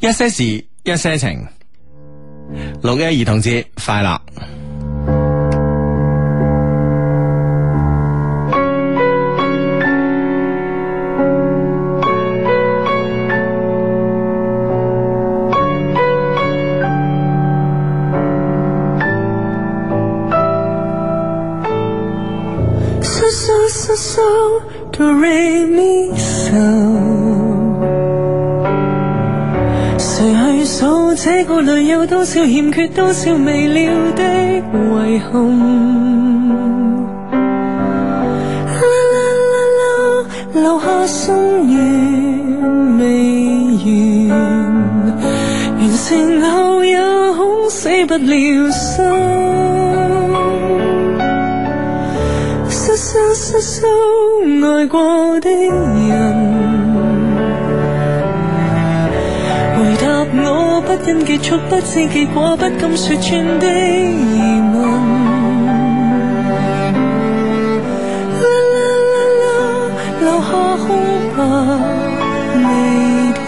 一些事，一些情。六一兒童節快樂！ So so so so do re mi so，誰去數這個裏有多少欠缺，多少未了的遺憾？啦啦啦啦，留下心願未完，完成後也恐死不了心。失失失失愛過的人，回答我不因結束，不知結果，不敢說穿的疑問。啦啦啦啦，留下空白未填，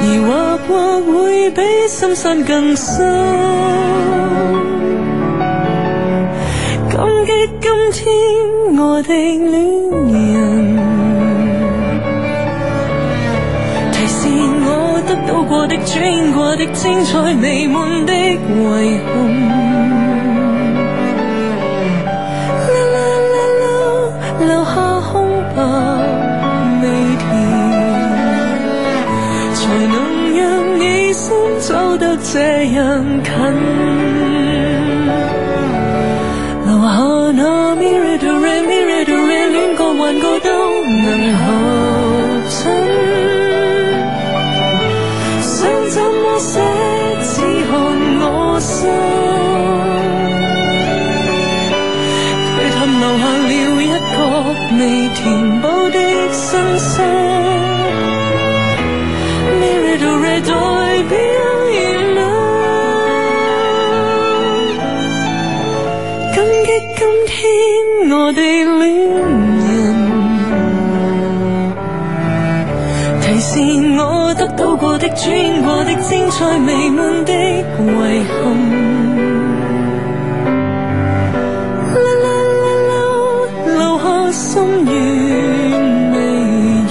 而畫畫會比深山更深。感激今天我的戀人，提示我得到過的、轉過的、精彩未滿的遺憾。啦啦啦啦，留下空白未填，才能讓你心走得這樣近。留下那 mirror do re mirror do re，戀過幻過都能合襯。想怎麼寫，只看我心。佢探留下了一個未填補的新生。mirror do re 代表熱戀。感激今天我的戀人，提示我得到過的、轉過的、精彩未滿的遺憾。啦啦啦啦，留下心願未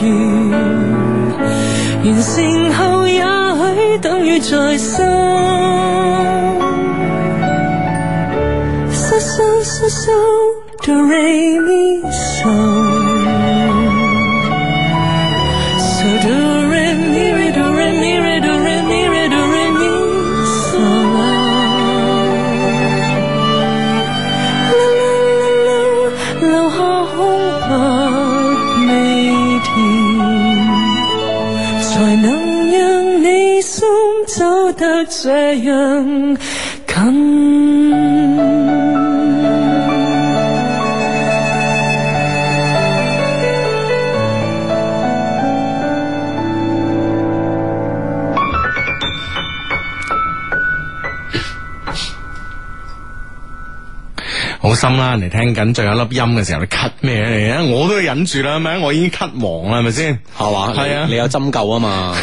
完，完成後也許等於再生。嗦嗦嗦嗦哆瑞咪嗦，嗦哆瑞咪瑞哆瑞咪瑞哆瑞咪瑞哆瑞咪嗦，啦啦啦啦，留下空白未填，才能讓你心走得這樣近。好心啦，你聽緊最後一粒音嘅時候，你咳咩嚟啊？我都要忍住啦，係咪？我已經咳黃啦，係咪先？係嘛？係啊你你有針灸 啊嘛，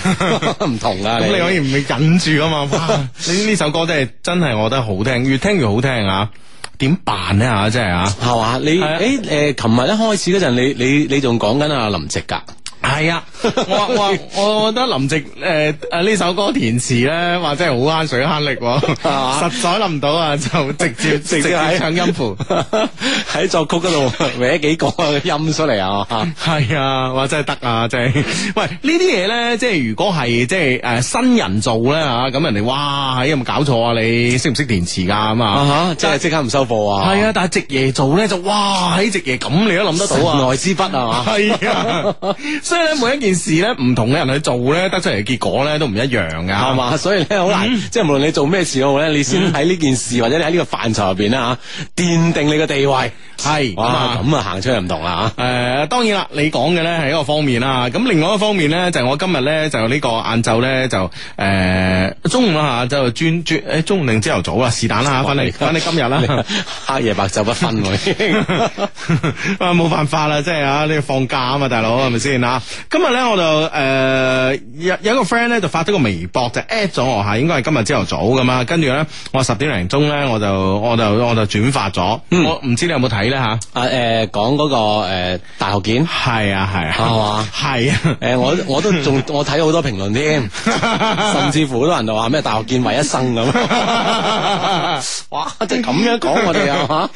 唔同啊。咁你可以唔忍住噶 嘛？哇！呢呢首歌真係真係，我覺得好聽，越聽越好聽啊！點辦呢？啊？真係啊！係嘛？你係啊誒誒，呃琴日一開始嗰陣，你你你仲講緊阿林夕 㗎， 係啊，我我我覺得林夕誒誒呢首歌填詞咧，哇真係好慳水慳力 喎，嘛實在諗唔到啊，就直接 直直接接喺唱音符。喺作曲 嗰度搲幾個音出嚟啊！係啊，哇真係得啊，真係。 喂，呢啲嘢咧，即係如果係即係誒新人做咧吓，咁人哋哇，係有冇搞錯啊？你識唔識填詞㗎咁啊？啊哈！即係即刻唔收貨啊！係啊，但係直爺做咧就哇，喺直爺咁你都諗得到神啊！來之筆啊嘛！ 係啊，所以咧每一件事咧，唔同嘅人去做咧，得出嚟嘅結果咧都唔一樣噶， 係？嘛，所以咧好難，嗯即係無論你做咩事都好咧，你先喺呢件事或者你喺呢個範疇入邊咧吓，奠定你嘅地位。係咁哇，啊。咁啊行出去唔 同啦誒、當呃然啦，你講嘅咧係一個方面啦，咁另外一個方面咧就係我今日咧就呢個晏晝咧就誒、中午啦嚇，就專專誒中午定朝頭早啦，是但 啦嚇，反正反正今日啦。 吓，黑夜白晝不分喎已經。啊，冇辦法啦，即係啊，你放假啊嘛，大佬係咪先啊？今日咧咧，我就誒、呃有有一個 friend 咧就發咗個微博就 at 咗我嚇，應該係今日朝頭早咁啊。跟住咧，我十點零鐘咧，我就我就我就轉發咗。我唔知你有冇睇咧嚇？啊誒，講嗰個誒大學件，係啊係啊，係嘛係啊。誒我我都仲我睇好多評論添，甚至乎好多人就話咩大學見為一生咁，哇！即係咁樣講我 哋啊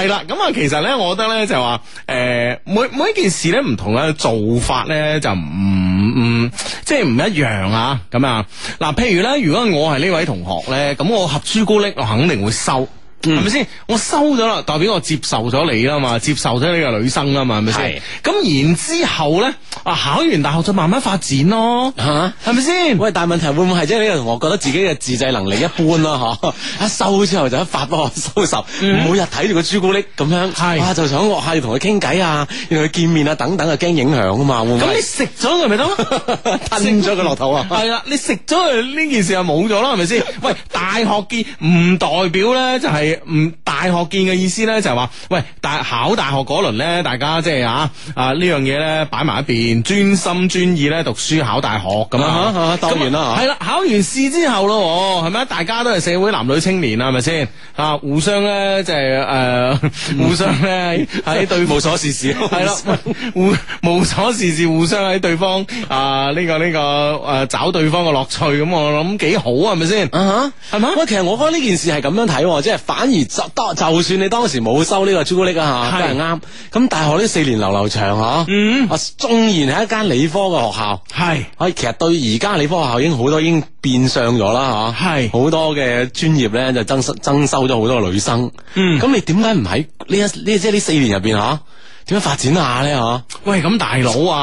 系啦，咁啊，其實咧，我覺得咧就話，诶、每每一件事咧唔同嘅做法咧就唔唔即係唔一樣啊，咁啊，嗱，譬如咧，如果我係呢位同學咧，咁我盒朱古力我肯定會收。嗯係咪先？我收咗啦，代表我接受咗你啦嘛，接受咗呢個女生啦啊嘛，係咪先係？咁然之後咧，啊考完大學再慢慢發展 咯，嚇嚇。係咪先？喂，但係問題會唔會係即係呢個同學覺得自己嘅自制能力一般啦？嗬， 一收之後就一發不可收拾，每日睇住個朱古力咁樣，係啊，就想落下要同佢傾偈啊，要同佢見面啊，等等啊，驚影響啊嘛，會唔咁你會？，食咗佢咪得咯 吞咗佢落肚啊 系啦，你食咗佢呢件事就冇咗啦，係咪先？喂，大學見唔代表咧，就係唔大學見嘅意思咧，就係話，喂，大考大學嗰輪咧，大家即係啊啊呢樣嘢咧擺埋一邊，專心專意咧讀書考大學咁啊哈啊啊哈，當然啦咁啊啊係啦，考完試之後咯喎，係咪？大家都係社會男女青年啦，係咪先？啊，互相咧即係 诶， 互嗯相咧喺對無所事啊事，系啦，互无所事事，互相喺對方啊呢、個呢、個诶、啊找對方嘅樂趣，咁我諗幾好啊，係咪先？啊哈，係嘛喂，其實我覺得呢件事係咁樣睇喎，即係反而就當就算你當時冇收呢個朱古力啊嚇，係都係啱。咁大學呢四年流流長嚇，嗯啊，縱然係一間理科嘅學校。係哎，其實對而家理科學校已經好多已經變相咗啦，吓，係好多嘅專業咧就增收增收咗好多個女生。嗯咁你點解唔喺呢一呢即係呢四年入邊吓，點樣發展下咧吓？喂，咁大佬啊，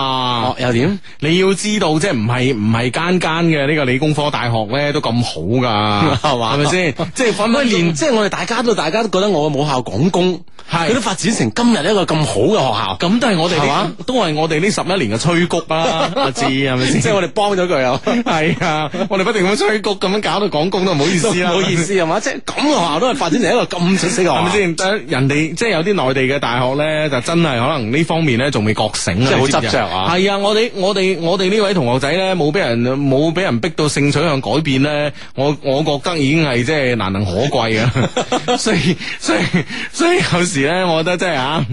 哦，又點？你要知道，即係唔係唔係間間嘅呢個理工科大學咧都咁好㗎，係嘛係咪先？即係分喂，分連連即係我哋大家都大家都覺得我嘅母校廣工，係佢都發展成今日一個咁好嘅學校，咁都係我哋係嘛呢，都係我哋呢十一年嘅催谷 啦，阿志啊係咪先？即係我哋幫咗佢啊！係啊，我哋不停咁催谷，咁樣搞到廣 工都唔好意思啦，唔好意思係嘛，即係咁嘅學校都係發展成一個啊咁出色嘅學校，系咪？先？但人哋即係有啲內地嘅大學咧，就真係可能呢方面咧仲未覺醒啊，即係好你知唔知執着啊係啊，我哋我哋我哋呢位同學仔咧，冇俾人冇俾人逼到性取向改變咧，我我覺得已經係即係難能可貴啊！ 所以所以所以有時咧，我覺得真係啊，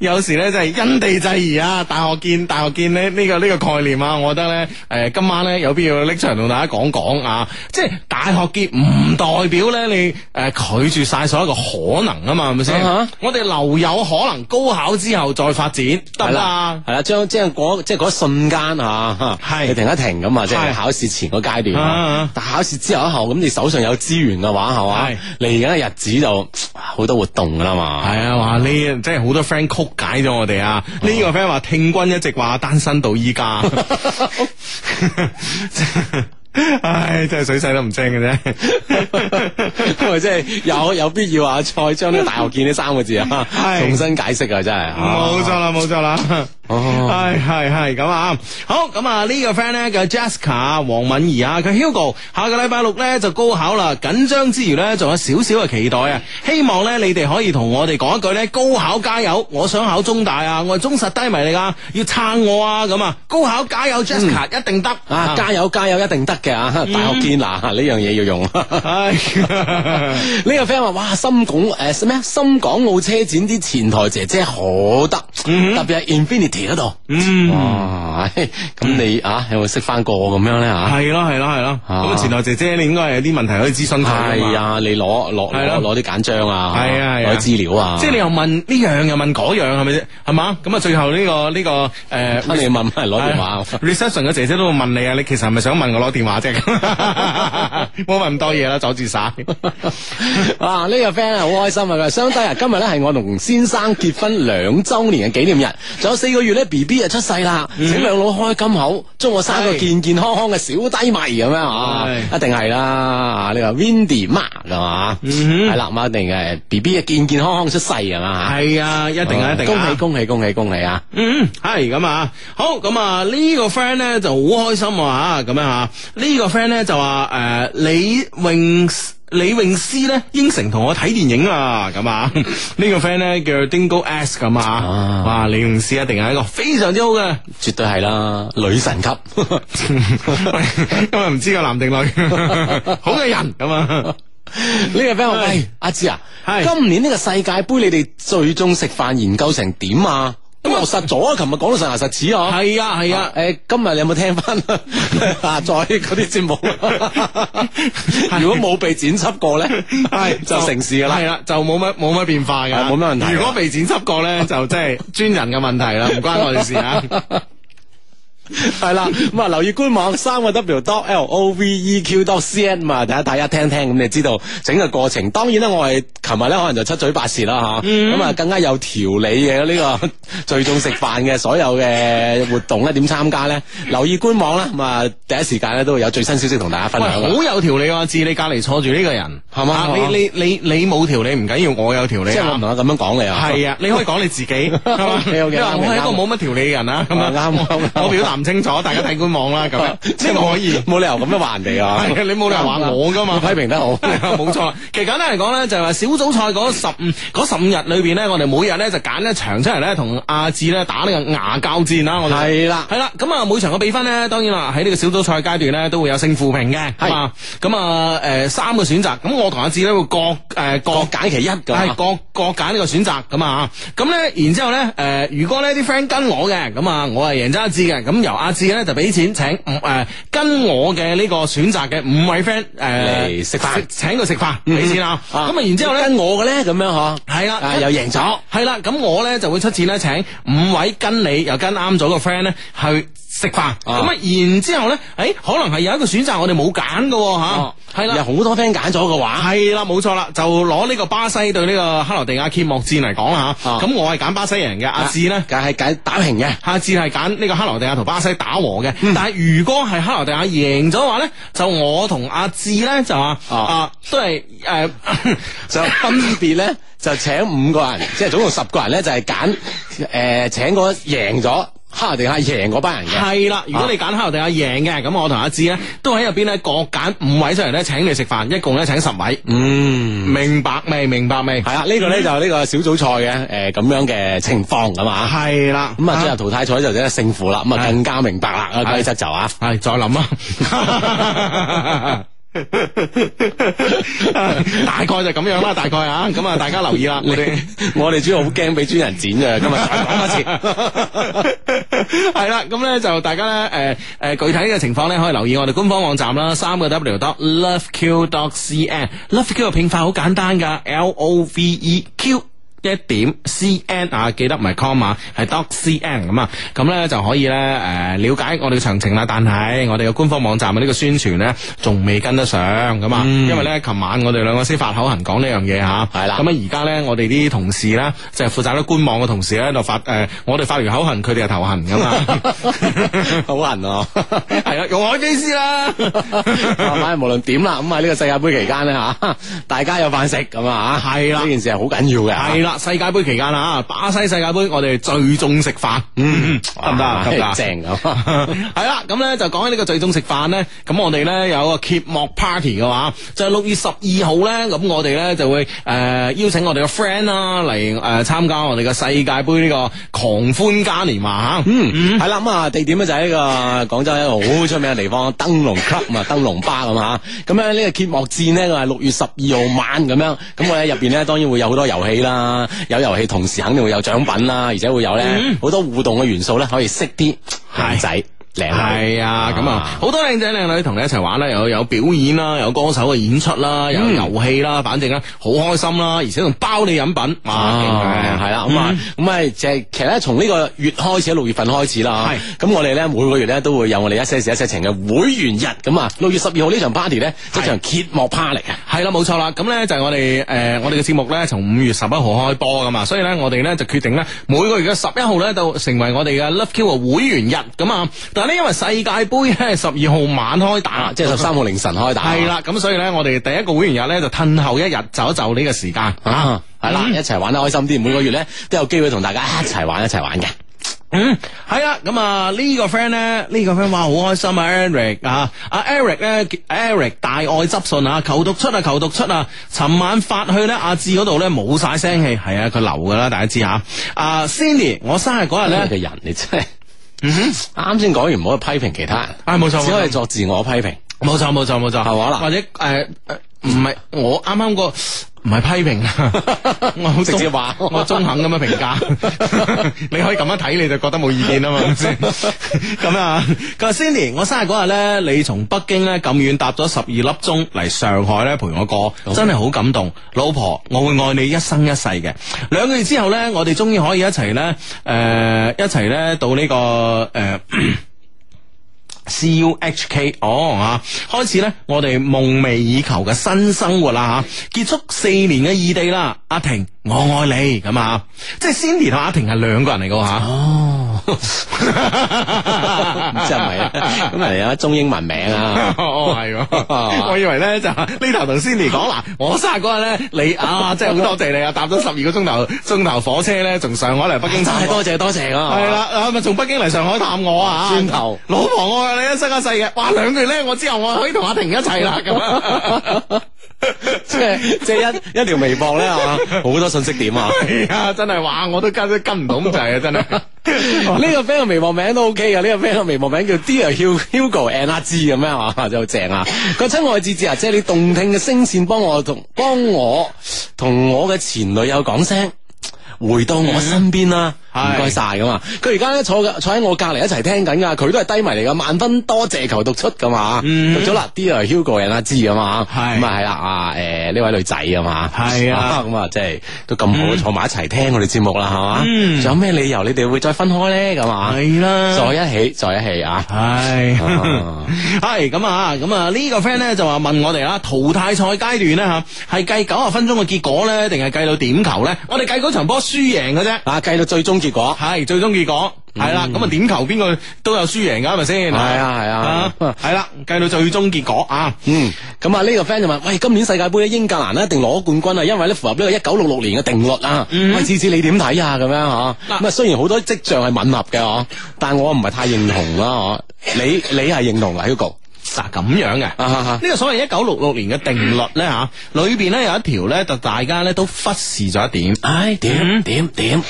有時咧真係因地制宜啊！大學見大學見呢呢個呢個概念啊，我覺得咧誒、今晚咧有必要拎出嚟同大家講講啊！即係大學見唔代表咧你誒、拒絕晒所有嘅可能啊嘛，係咪先啊哈我哋留有可能高考之後再發展得唔係得啊啦，？係啦，將即係嗰即係嗰一瞬間嚇，係你停一停咁啊，即係係考試前個階段啊啊啊。但考試之後一後，咁你手上有資源嘅話，係嘛係，嚟緊嘅日子就啊好多活動噶啦嘛。系啊，哇！呢真係好多 friend 曲解咗我哋啊！呢、個 friend 話聽君一直話單身到依家，唉，真係水洗都唔清嘅啫。 因為即係有有必要啊，再將呢個大學見呢三個字啊，係嗯重新解釋啊，真係。冇錯啦，冇錯啦，哦係係係咁啊！好咁啊，呢個 friend 咧叫 Jessica 黃敏儀啊，佢 Hugo 下個禮拜六咧就高考啦，緊張之餘咧仲有少少嘅期待啊！希望咧你哋可以同我哋講一句咧高考加油，我想考中大啊，我係中實低迷嚟噶，要撐我啊咁啊！高考加油，Jessica 一定得啊！加油加油，一定得嘅啊！嗯大學見嗱，呢樣嘢 要用。唉，呢個 friend 話：，哇，深港誒咩啊？深港澳車展啲前台姐姐好得，特別係 Infinity 嗰度。嗯。哇！嘿咁你啊，有冇識翻個咁樣啊咧嚇？ 係咯係咯係咯，咁啊啊前台姐姐你應該係有啲問題可以諮詢佢㗎嘛係啊，你攞攞係咯攞攞啲簡章啊，係啊係啊攞啲資料啊，即係你又問呢樣又問嗰樣係咪啫？係嘛？咁啊，最後呢、個呢、個诶，啊你問咪攞電話， reception 嘅姐姐都會問你啊，你其實係咪想問我攞電話 啫？冇問咁多嘢啦，阻住晒。 啊！呢個 friend 啊，好開心啊！佢話：相低啊，今日咧係我同先生結婚兩週年嘅紀念日，仲有四個月咧，B B 啊就出世啦！嗯請兩老開金口，祝我生個係健健康康嘅小低迷咁樣啊！係一定係啦！啊，你話 Windy 媽係嘛？嗯係啦，咁一定嘅 B B 啊，健健康康出世係嘛？係啊，一定啊，一定啊恭喜恭喜恭喜恭喜啊！嗯，系咁啊，好咁啊，呢、個个 friend 咧就好開心啊，咁樣啊，呢、個个 friend 咧就話诶、呃李永李泳詩咧應承同我睇電影啦，咁啊， 呢個 friend 咧叫 Dingo S 咁啊啊，哇，李泳詩一定係一個非常之好嘅， 絕對係啦，女神級。因為唔知個男定女， 好嘅人咁啊， 呢個 friend 話喂，阿芝啊，係今年呢個世界杯你哋最終食飯研究成點啊？咁落實咗啊！琴日講到實牙實齒啊！係啊係啊。誒，今日你有冇聽翻 下載嗰啲節目？如果冇被剪輯過咧， 係就成事噶啦係。啊啦，就冇乜冇乜啊變化嘅，係冇乜問題㗎如果被剪輯過咧，就真 係專人嘅問題啦，唔關我哋事 啊。系啦，咁啊留意官網三個 W dot L O V E Q dot C N 嘛，大家睇一聽聽，咁你知道整個過程。當然啦，我係琴日咧可能就七嘴八舌啦吓，咁啊、更加有條理嘅呢、個最重食飯嘅所有嘅活動咧點參加咧？留意官網啦，咁啊第一時間咧都會有最新消息同大家分喂，享㗎好有條理啊！至你隔離坐住呢個人，係嘛啊係嘛你你你你冇條理唔緊要，我有條理即係我唔啊。同佢咁樣講你啊，係啊， 你可以講你自己，係嘛 OK，OK，你話啱我係一個啱冇乜條理嘅人啊，咁啊啱啱啱我表達唔清楚，大家睇官網啦，咁樣 即係冇可以。冇理由咁樣話人哋啊，係啊你冇理由話我㗎嘛批評得好。 冇錯，其實簡單嚟講咧，就係話小組賽嗰十五嗰十五日裏邊咧，我哋每日咧就揀一場出嚟咧，同阿志咧打呢個牙交戰啦。我哋係啦係啦，咁啊每場嘅比分咧，當然啦喺呢個小組賽階段咧都會有勝負評嘅，係咁啊咁啊誒三個選擇，咁我同阿志咧會各誒各各揀其一㗎係各各揀呢個選擇咁啊，咁咧然之後咧，誒、如果呢啲 friend 跟我嘅，咁啊我係贏咗阿志嘅，咁由阿志咧就俾錢請五誒、跟我嘅呢個選擇嘅五位 friend 誒、嚟食飯嗯請佢食飯俾錢啊，咁啊然之後咧跟。我嘅咧咁樣嗬，係啦， 啊又贏咗。係啦，咁我咧就會出錢咧請五位跟你又跟啱咗個 friend 咧去食飯，咁啊然之後咧，誒可能係有一個選擇我哋冇揀嘅喎哦嚇，係啦、有好多 friend 揀咗嘅話。系啦，冇錯啦，就攞呢個巴西對呢個克羅地亞揭幕戰嚟講啦吓，啊咁我係揀巴西人嘅，阿志咧。梗係梗打平嘅。阿志係揀呢個克羅地亞同巴西打和嘅，但係如果係克羅地亞贏咗嘅話咧，就我同阿志咧就話啊啊都係 誒就分別咧就請五個人，即係總共十個人咧就係揀誒請嗰贏咗克羅地亞贏嗰班人嘅。係啦。如果你揀克羅地亞贏嘅，咁我同阿志咧都喺入邊咧各揀五位出嚟咧請你食飯，一共咧請十位。嗯，明白未？明白未？係啦，呢個嗯咧就呢個小組賽嘅誒咁樣嘅情況咁啊。係啦，咁啊，最後淘汰賽就即係勝負啦，咁啊係更加明白啦啊規則就啊。唉，再諗啊。大概就咁樣啦，大概啊，咁啊，大家留意啦，我哋我哋主要好驚俾專人剪嘅，啊今日再講一次。 係啦，咁咧就大家咧，诶、诶、具體嘅情況咧，可以留意我哋官方網站啦，三個 W dot loveq dot cn，loveq 嘅拼法好簡單噶，L O V E Q。一點 C N 啊，記得唔係 com 啊，係 dot C N 咁啊，咁咧就可以咧誒、了解我哋嘅詳情啦。但係我哋嘅官方網站嘅呢個宣傳咧，仲未跟得上咁啊，因為咧琴晚我哋兩個先發口痕講呢樣嘢嚇，嗯係啦咁啊而家咧，我哋啲同事咧，就係負責咗官網嘅同事咧，喺度發誒、我哋發完口痕，佢哋就頭痕噶嘛， 好痕啊！係啊，用海飛絲啦， 反啊正無論點啦，咁喺呢個世界盃期間咧嚇，大家有飯食咁啊嚇，係啦呢件事係好緊要嘅嚇。係啦，世界盃期間啦，巴西世界盃我哋最重食飯，嗯，得唔得啊？得唔得啊？哎正 咁。系啦，咁咧就講起呢個最終食飯咧，咁我哋咧有個揭幕 party 嘅話，就係六月十二號咧，咁我哋咧就會诶、呃邀請我哋嘅 friend 啦嚟诶參加我哋嘅世界盃呢個狂歡嘉年華吓，嗯，系啦，咁啊，地點咧就喺呢個廣州一個好出名嘅地方，燈籠 club 咁啊，燈籠吧咁啊，咁咧呢個揭幕戰呢，佢係六月十二號晚咁樣，咁我喺入邊咧當然會有好多遊戲啦，有遊戲同時肯定會有獎品啦，而且會有咧嗯好多互動嘅元素咧，可以識啲靚仔靚女。係啊，咁啊啊，好多靚仔靚女同你一齊玩啦，有有表演啦，有歌手嘅演出啦，嗯有遊戲啦，反正咧好開心啦，而且仲包你飲品，啊，勁嘅系啦，咁啊，咁啊，就係其實咧，從呢個月開始，六月份開始啦，係咁我哋咧每個月咧都會有我哋一些事一些情嘅會員日，咁啊，六月十二號呢場 party 咧，即係場揭幕 party 啊。系啦，冇錯啦。咁咧就係我哋誒、呃我哋嘅節目咧，從五月十一號開播噶嘛，所以咧我哋咧就決定咧每個月嘅十一號咧就成為我哋嘅 Love Q 嘅會員日咁啊。但係咧因為世界盃咧十二號晚開打啊，，即係十三號凌晨開打。係，啦，咁所以咧我哋第一個會員日咧就褪後一日就一就呢個時間啊啊，係啦，一齊玩得開心啲，每個月咧都有機會同大家一齊玩一齊玩嘅。嗯，系啦，咁啊呢个 friend 咧，呢個 friend 哇好開心啊，Eric 啊，阿 Eric 咧，Eric 大愛執信啊，求讀出啊，求讀出啊，尋晚發去咧阿志嗰度咧冇晒聲氣，係啊，佢流噶啦，大家知吓。啊 Cindy，我生日嗰日你咧，嘅人你真係，啱先講完唔好去批評其他人，唉嗯啊冇錯只可以冇錯作自我批評。冇錯冇錯冇錯，係嘛嗱或者诶唔係我啱啱個唔係批評 啊，我好直接話中 我中肯咁樣評價， 你可以咁樣睇你就覺得冇意見 啊嘛，係咪先？咁啊，佢話 Cindy，我生日嗰日咧，你從北京咧咁遠搭咗十二粒鐘嚟上海咧陪我過，真係好感動。老婆，我會愛你一生一世嘅。兩個月之後咧，我哋終於可以一齊咧，诶，一齊咧到呢、個诶。誒 C U H K 哦啊，開始咧，我哋夢寐以求嘅新生活啦吓，結束四年嘅異地啦，阿婷，我愛你咁啊，即係 Cindy 同阿婷係兩個人嚟噶啊吓， 哦，唔知係咪啊？咁人哋有中英文名 啊，哦係喎，我以為咧就呢頭同 Cindy 講嗱，我生日嗰日咧，你啊真係好多謝你啊，搭咗十二個鐘頭鐘頭火車咧，從上海嚟北京 真探係我多謝多謝啊！系啦，啊咪從北京嚟上海探我啊！轉頭老婆我愛你一生啊一世嘅，哇兩句咧，我之後我可以同阿婷一齊啦咁啊！ 即係即係一一條微博咧啊，好多信息點啊！係啊，真係哇，我都跟都跟唔到咁滯啊，真係。呢個 friend 嘅微博名都 OK 嘅，呢、個 friend 嘅微博名叫 Dear Hu- Hugo and 阿芝咁樣啊，就好正啊！佢親愛志志啊，姐你動聽嘅聲線幫我同幫我同我嘅前女友講聲。回到我身邊啦，唔嗯係該晒噶嘛。佢而家咧坐坐喺我隔離一齊聽緊噶，佢都係低迷嚟噶，萬分多謝求讀出噶嘛。嗯讀咗啦，Dear Hugo and 阿芝咁啊，係咁啊係啦啊誒呢位女仔啊嘛，係啊 咁啊，即係都咁好坐埋一齊聽我哋節目啦，係嘛？嗯仲有咩理由你哋會再分開咧？咁啊，係啦再一起，再一起啊！唉，啊 系咁啊，咁啊呢個 friend 咧就話問我哋啦，淘汰賽階段咧吓，係計九十分鐘嘅結果咧，定係計到點球咧？我哋計嗰場波輸贏嘅啫。啊，計到最終結果，係最終結果係啦，咁啊點球邊個都有輸贏噶，係咪先？嗯係啊係啊係啦，計到最終結果啊，嗯，咁啊呢個 friend 就問：喂，今年世界盃咧英格蘭咧一定攞冠軍啊，因為咧符合呢個一九六六年嘅定律啊。喂，至至你點睇啊？咁樣嗬，嗱咁啊雖然好多跡象係吻合嘅嗬，但我唔係太認同啦嗬。 你你係認同啊，Hugo 嗱咁樣嘅。啊哈哈呢個所謂一九六六年嘅定律咧吓，裏边咧有一條咧，就大家咧都忽視咗一點。唉，點點點，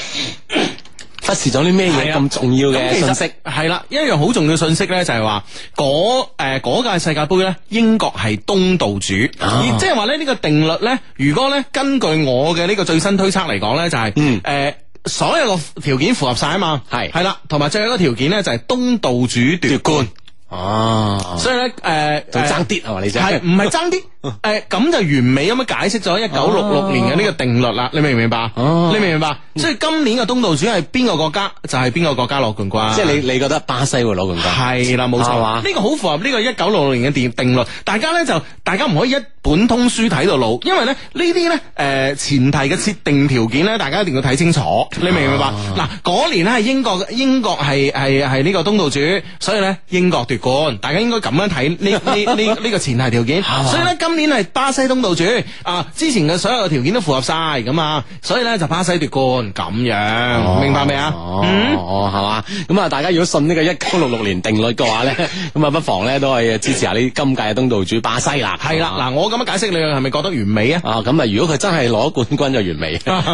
忽視咗啲咩嘢係啊咁重要嘅咁其實信息？係啦，一樣好重要信息咧，就係話嗰诶嗰届世界盃咧，英國係東道主，啊而即係話咧呢個定律咧，如果咧根據我嘅呢個最新推測嚟講咧，就係嗯呃所有個條件符合晒啊嘛，係系啦，同埋最後一個條件咧就係東道主奪冠，哦，所以咧诶仲爭啲係嘛？你系真係唔係 爭啲？诶，咁就完美咁樣解釋咗一九六六年嘅呢個定律啦，你明唔明白？哦你明唔明白？所以今年嘅東道主係邊個國家，就係邊個國家攞冠軍。即係你你覺得巴西會攞冠軍？系啦，冇係錯嘛呢個好符合呢個一九六六年嘅定定律。大家咧就大家唔可以一本通書睇到老，因為咧呢啲咧诶前提嘅設定條件咧，大家一定要睇清楚。你明唔明白？啊嗱、嗰年咧係英國英國係係系呢個東道主，所以咧英國奪冠，大家應該咁樣睇呢呢呢呢個前提條 件。嘛所以咧今年係巴西東道主啊，之前嘅所有嘅條件都符合晒咁啊，所以咧就巴西奪冠咁樣，明白未啊？哦，嗯哦，係嘛？咁啊，大家如果信呢個一九六六年定律嘅 話咧，咁啊，不妨咧都係支持下你今屆嘅東道主巴西啦。系啦，嗱，我咁樣解釋你係咪覺得完美啊？啊，咁啊，如果佢真係攞冠軍就完美。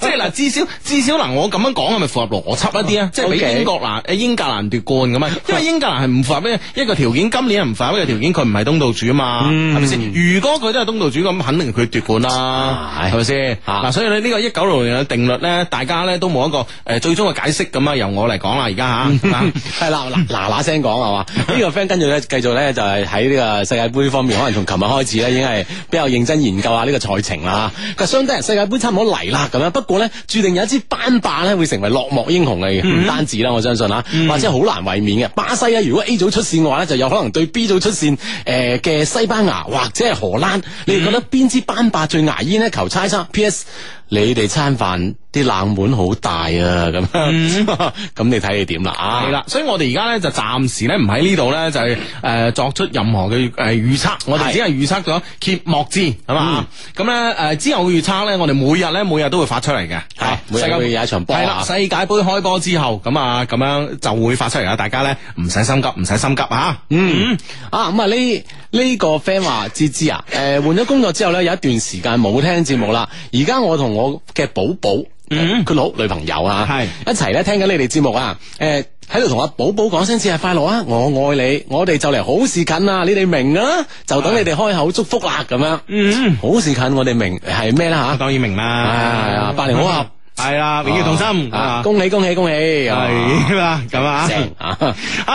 即係嗱，至少至少嗱，我咁樣講係咪符合邏輯一啲啊？即係 OK 俾英國蘭誒英格蘭奪冠咁啊，因為英格蘭係唔符合咩一個條件，今年係唔符合一個條件，佢唔係東道主啊嘛，係咪先？如果佢都係東道主咁，肯定佢奪冠啦，係係咪先？啊嗱，所以咧呢個一九六零嘅定律咧，大家咧都冇一個誒最終嘅解釋咁啊，由我嚟講啦，而家嚇啊。係啦，嗱嗱嗱聲講係嘛？呢個 friend 跟住咧，繼續咧就係喺呢個世界盃方面，可能從琴日開始咧已經係比較認真研究啊下呢個賽程啦。佢話相低人世界盃差唔多嚟啦咁樣，啊不過咧注定有一支班霸咧會成為落幕英雄嚟嘅，唔單止啦，我相信啊啦，或者好難為免嘅。巴西咧，如果 A 組出線嘅話咧，就有可能對 B 組出線誒嘅西班牙或者係荷蘭，你哋覺得邊支班霸最牙煙咧？求猜測。P.S. 你哋餐飯啲冷門好大啊，咁 咁你睇你點啦啊？系啦，所以我哋而家咧就暫時咧唔喺呢度咧，就係、呃作出任何嘅誒預測，我哋係只係預測咗揭幕之係嗯嘛，咁咧誒之後嘅預測咧，我哋每日咧每日都會發出嚟嘅，係啊每日世界會有一場波係啦，啊世界盃開波之後，咁啊咁樣就會發出嚟啦，大家咧唔使心急，唔使心急啊，嗯啊咁啊呢呢個 friend 話芝 芝啊，誒換咗工作之後咧，有一段時間冇聽節目啦。而家我同我嘅寶寶，嗯佢老女朋友啊，係一齊咧聽緊你哋節目啊。誒喺度同阿寶寶講聲節日快樂啊！我愛你，我哋就嚟好事近啦，你哋明啊？就等你哋開口祝福啦，咁樣。嗯，啊好事近，我哋明係咩啦嚇？當然明啦，係啊百年好合，係啦，永遠同心啊！恭喜恭喜恭喜！啊係啦，咁啊，正啊！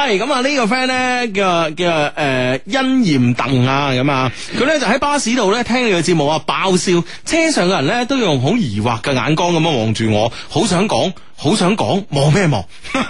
系咁啊！呢個 friend 咧叫叫诶殷炎鄧啊咁啊，佢咧就喺巴士度咧聽你嘅節目啊，爆笑，車上嘅人咧都用好疑惑嘅眼光咁樣望住我，好想講，好想講，望咩望，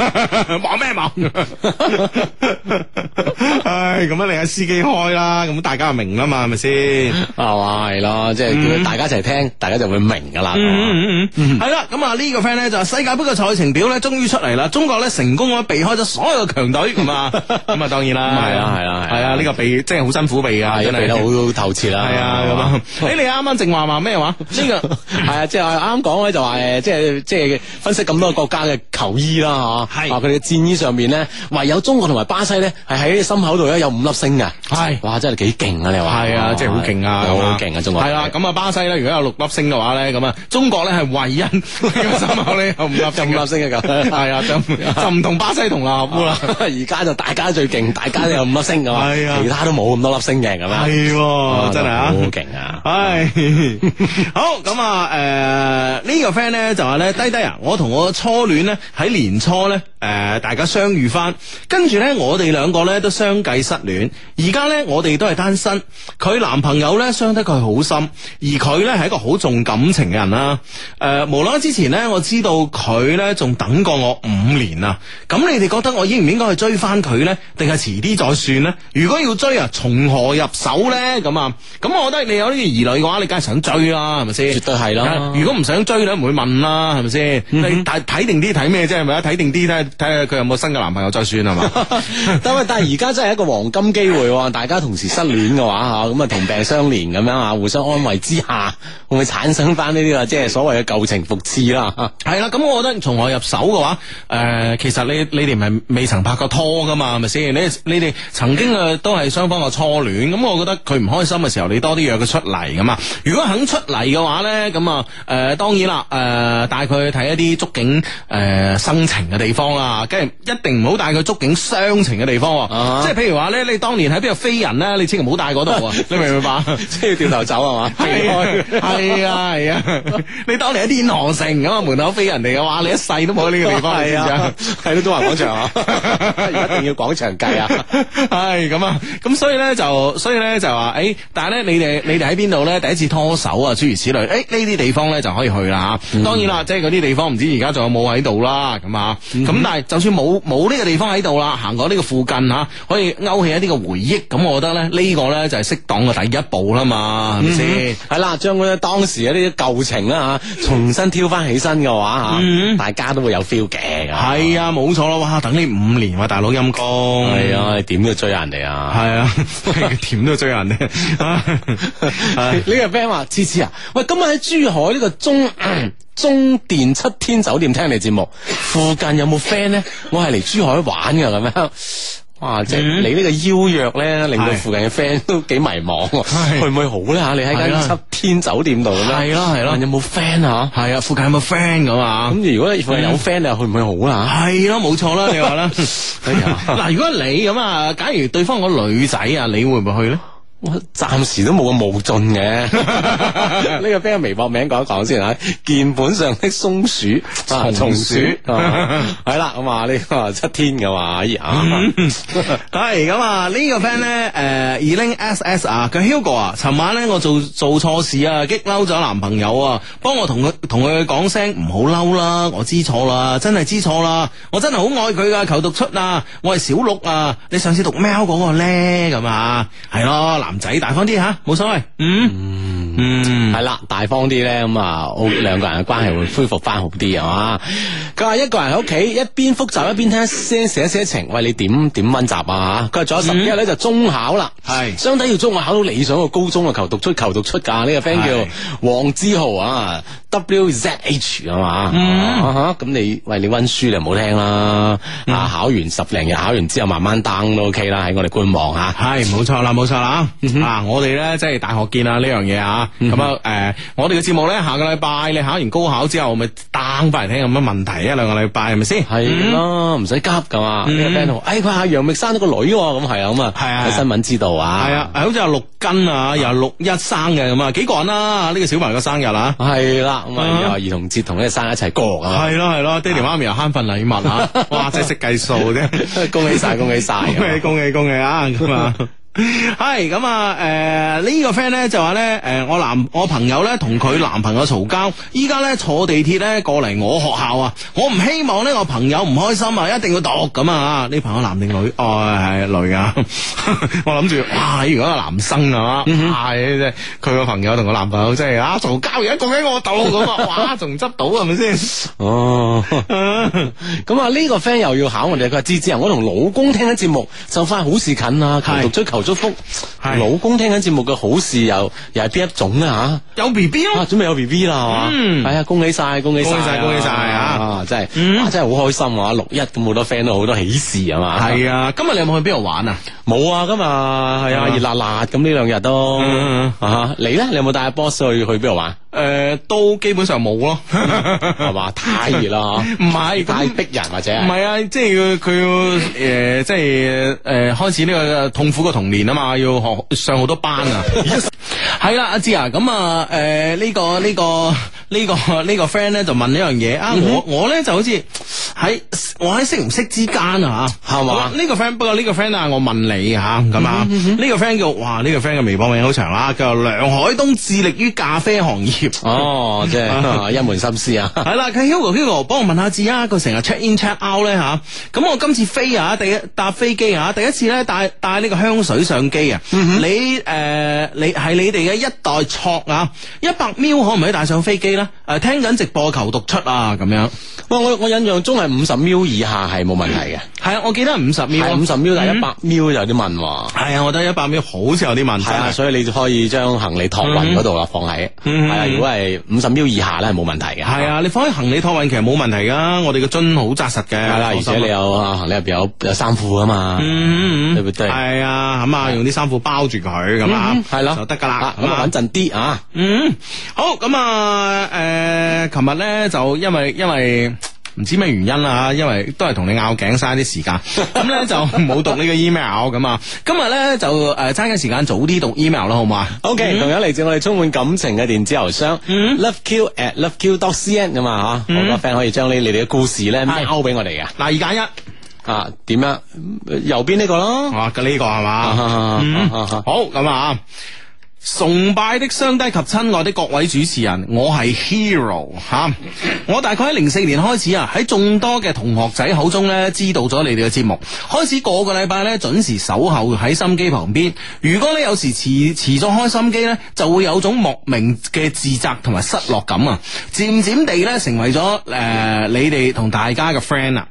望咩望？ 唉，咁啊，你阿司機開啦，咁大家就明啦嘛，係咪先？系嘛，啊係咯，即係叫大家一齊聽，大家就會明噶啦。嗯嗯嗯嗯，系啦，咁啊呢個 friend 咧就話世界盃嘅賽程表咧終於出嚟啦，中國咧成功咁樣避開咗所有嘅強隊，咁 啊咁啊當然啦，係啊係啊係啊係啊呢個避即係好辛苦避啊，係真啊，避係得好透徹啦。係啊咁 啊，誒你啱啱正話話咩話？呢個系啊，即系啱講咧，就話诶，誒即係即系分析咁多國家嘅球衣啦，吓，係啊佢哋嘅戰衣上面咧，唯有中國同埋巴西咧，係喺心口度咧有五粒星嘅，係哇，真係幾勁啊！你話係啊，即係好勁啊，好咁勁啊！中國係啦，咁啊巴西咧，如果有六粒星嘅話咧，咁啊中國咧係唯一個心口 咧有五粒就星啊五粒嘅，星嘅咁，係啊就唔就唔同巴西同立好烏啦啦。，而家就大家最勁，大家都有五粒星噶嘛，係啊其他都冇咁多粒星嘅咁啊，係喎，真係啊！好勁啊！唉， 好咁啊！诶、呢、個 friend 咧就話咧，低低啊，我同我初戀咧喺年初咧，诶、大家相遇翻，跟住咧我哋兩個咧都相繼失戀，而家咧我哋都係單身，佢男朋友咧傷得佢好深，而佢咧係一個好重感情嘅人啦。诶、無啦啦之前咧，我知道佢咧仲等過我五年啊，咁你哋覺得我應唔應該去追翻佢咧，定係遲啲再算咧？如果要追啊，從何入手咧？咁啊，咁我覺得你有呢個疑慮嘅話，你梗係想追啦，係咪先？啊絕對係啦嗯如果唔想追，你都唔會問啦，係咪先？你睇睇定啲睇咩啫？係咪啊？睇定啲睇睇下佢有冇新嘅男朋友再算係嘛？但係但係而家真係一個黃金機會喎，大家同時失戀嘅話嚇，咁啊同病相憐咁樣啊，互相安慰之下，會唔會產生翻呢啲啊，即係所謂嘅舊情復熾啦？ 係啦，咁我覺得從何入手嘅話，诶、其實你你哋唔係未曾拍過拖噶嘛，係咪先？你你哋曾經诶都係雙方嘅初戀，咁我覺得佢唔開心嘅時候，你多啲約佢出嚟噶嘛。如果肯出嚟嘅話咧，咁啊诶，当然啦，诶、呃帶佢去睇一啲觸景诶、誒生情嘅地方啦，跟住一定唔好帶佢觸景傷情嘅地方喎，啊即係譬如話咧，你當年喺邊度飛人咧，你千祈唔好帶嗰度啊，你明唔明白？即係要掉頭走係嘛？避系啊開系啊系啊！你當年喺天河城咁啊，門口飛人哋嘅話，你一世都冇喺呢個地方，你係知唔知啊啊？，係咯，中華廣場啊，而家一定要廣場計啊！系咁啊，咁所以咧就，所以咧就話，诶、但係咧你哋你哋喺邊度咧？第一次拖手啊，諸如此類，诶呢啲地方咧就可以去啦。嗯吓當然啦，即係嗰啲地方唔知而家仲有冇喺度啦，咁啊，嗯咁、但係就算冇冇呢個地方喺度啦，行過呢個附近吓、可以勾起一啲嘅回憶。咁我覺得咧呢、個咧就係適當嘅第一步啦嘛，係咪先？係啦，將嗰啲當時嘅呢啲舊情啦嚇，重新挑翻起身嘅話嗯嚇，大家都會有 feel 嘅。系啊，冇錯啦，哇！等呢五年，哇，大佬陰公，係，啊，你點都要追人哋啊！係啊， 點都追人咧， 呢係個 friend 話：芝芝啊，喂，今日喺珠海呢個中 中電七天酒店聽你節目，附近有冇 friend 咧？我係嚟珠海玩噶咁樣。 哇！即係你呢個邀約咧，令到嗯係附近嘅 friend 都幾迷茫喎，係會唔會好咧嚇？你喺係間七啦天酒店度咁樣，係咯係咯問有冇 friend 嚇？係啊，附近有冇 friend 咁啊？咁如果附近有 friend，你又去唔去好啊啦係咯，冇錯啦，你話 啦。哎呀嗱，如果你咁啊，假如對方個女仔啊，你會唔會去咧？我暫時都冇咁冒進 嘅。呢個 friend 微博名講一講先嚇，鍵盤上的松鼠，啊松松鼠鼠 啊係啦，咁啊呢個七天嘅話，哎 呀，系咁啊！呢個 friend 咧，诶，Eling S S 啊，佢 Hugo 啊，尋晚咧我做做錯事啊，激嬲咗男朋友啊，幫我同佢同佢講聲唔好嬲啦，我知錯啦，真係知錯啦，我真係好愛佢噶，求讀出啊，我係小六啊，你上次讀喵嗰個咧咁啊，係咯，男仔大方啲吓，冇所謂，嗯。嗯系啦，大方啲咧，咁啊，好兩個人嘅關係會恢復翻好啲啊嘛。佢話一個人喺屋企一邊複習一邊聽一些事一些情，喂，你點點温習啊？佢話仲有十幾日咧就中考啦，係相抵要中我考到理想嘅高中啊，求讀出求讀出㗎。呢個 friend 係叫黃之豪啊，WZH 啊嘛，嗯啊哈咁你喂你温書你唔好聽啦，嗯啊考完十零日考完之後慢慢 down 都 OK 啦，喺我哋官網啊吓。系冇錯啦，冇錯啦啊！我哋咧即係大學見啊呢樣嘢啊，咁啊诶，我哋嘅節目咧下個禮拜你考完高考之後，咪 down 翻嚟聽有乜問題啊？兩個禮拜係咪先？嗯系咯，唔使急噶嘛。呢個 friend 同，哎，佢話楊冪生咗個女喎，咁係啊，咁啊，係啊睇新聞知道啊。係啊，，好似有六斤啊，又六一生嘅咁啊，幾個人啦？呢個小朋友嘅生日啊！係啦，咁啊啊，又話兒童節同呢個生日一齊過啊。係咯係咯，爹哋媽咪又慳份禮物啊！哇，真係識計數啫〜恭喜晒，恭喜晒。 恭喜恭喜恭喜啊！咁啊。 系咁啊，诶、呢、個个 friend 咧就話咧，诶、我男我朋友咧同佢男朋友嘈交，依家咧坐地鐵咧過嚟我學校啊，我唔希望咧我朋友唔開心啊，一定要讀咁啊，呢朋友男定女？哦，係女啊， 我諗住，哇，如果係男生啊，係真係佢個朋友同個男朋友真係啊嘈交，而家焗喺我度咁 啊，哇，仲執到係咪先？哦，咁啊，呢個 friend 又要考我哋，佢話芝芝啊，我同老公聽緊節目，就快好事近啦，係求讀追求祝福。係老公聽緊節目嘅好事又又係邊一種啊？ 有 B B 啊，咯，準備有 B B 啦，係嘛？嗯係啊，恭喜晒，恭喜恭喜晒啊恭喜晒啊！真係，嗯哇，真係好開心啊！六一咁好多 friend 都好多喜事啊嘛。係啊，今日你有冇去邊度玩啊？冇啊，今日係啊，嗯熱辣辣咁呢兩日都嗯嗯啊哈！你咧，你有冇帶阿 boss 去去邊度玩？诶、呃都基本上冇咯， 係嘛？太熱啦，嗯 唔係嗬太咁逼人或者唔係啊，即係佢佢要诶、即係诶、誒開始呢個痛苦嘅童年啊嘛，要學上好多班啊。係啦，阿志啊，咁啊，诶、呢、個呢、個呢、個呢、個 friend 咧就問呢樣嘢嗯啊，我我咧就好似喺我喺識唔識之間啊，係嘛呢個 friend 不過呢個 friend 啊，我問你吓咁嗯啊，呢個 friend 叫哇，呢、個 friend 嘅微博名好長啦，叫梁海東致力於咖啡行業。哦，即係啊一門心思啊！ 系啦，佢 Hugo Hugo 幫我問下字啊，佢成日 check in check out 咧吓，咁我今次飛啊，第一搭飛機啊，第一次咧帶帶呢個香水相機啊，你诶你係你哋嘅一代錯啊，一百 mil 可唔可以帶上飛機咧？诶，聽緊直播求讀出啊，咁樣喂，我我印象中係五十秒以下係冇問題嘅，係啊，我記得五十 mil，係五十秒但係一嗯百秒有啲問喎。係啊，我覺得一百 mil 好似有啲問題係啊，所以你就可以將行李托運嗰度啦，放喺嗯係啊。如果係五十秒以下咧，係冇問題嘅。系啊，你放喺行李托運其實冇問題噶，我哋個樽好扎實嘅，係啦，而且你有啊行李入邊有有衫褲啊嘛。嗯，對唔對係啊，咁啊，用啲衫褲包住佢咁啊，嗯係咯，就得噶啦啊，咁咁啊啊穩陣啲啊。嗯，好咁啊，诶、琴日咧就因為因為唔知咩原因啦吓，因為都係同你拗頸嘥啲時 間，咁咧就冇讀呢個 email 咁啊。今日咧就诶揸緊時間早啲讀 email 啦，好啊嗯嘛？ O K，同樣嚟自我哋充滿感情嘅電子郵箱嗯 loveq at loveq dot cn 咁啊吓，好多 friend 可以將呢你哋嘅故事咧係拋俾我哋嘅嗱，二揀一，啊，點樣？嗯右邊呢個咯，哇，啊呢、個係啊嘛？啊嗯啊啊好咁啊！崇拜的雙低及親愛的各位主持人，我係 Hero 吓、我大概喺零四年開始啊，喺眾多嘅同學仔口中咧，知道咗你哋嘅節目，開始個個禮拜咧準時守候喺心機旁邊。如果咧有時遲遲咗開心機咧，就會有種莫名嘅自責同埋失落感啊。漸漸地咧，成為咗誒、呃你哋同大家嘅 friend 啦。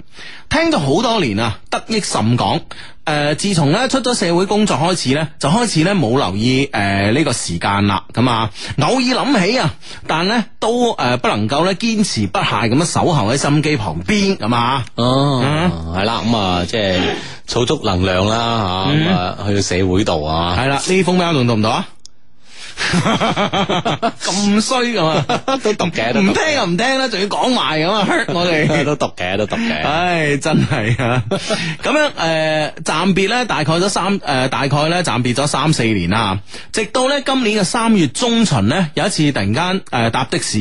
聽咗好多年啊，得益甚廣。誒、呃自從咧出咗社會工作開始咧，就開始咧冇留意誒呢、個時間啦，咁啊，偶爾諗起啊，但咧都誒、呃不能夠咧堅持不懈咁樣守候喺心機旁邊，咁啊，哦，嗯係啦，咁啊，即係儲足能量啦吓，咁啊，嗯去到社會度啊。係啦，呢封 mail 仲讀唔讀啊？咁衰噶嘛， 都讀嘅都唔讀嘅聽就唔聽啦，仲要講埋咁啊，hurt 啊我 哋。 都讀嘅，都讀嘅。唉，真系啊！咁樣诶，呃暫別咧，大概咗三诶、呃大概咧暫別咗三四年啦。直到咧今年嘅三月中旬咧，有一次突然間诶、呃搭的士，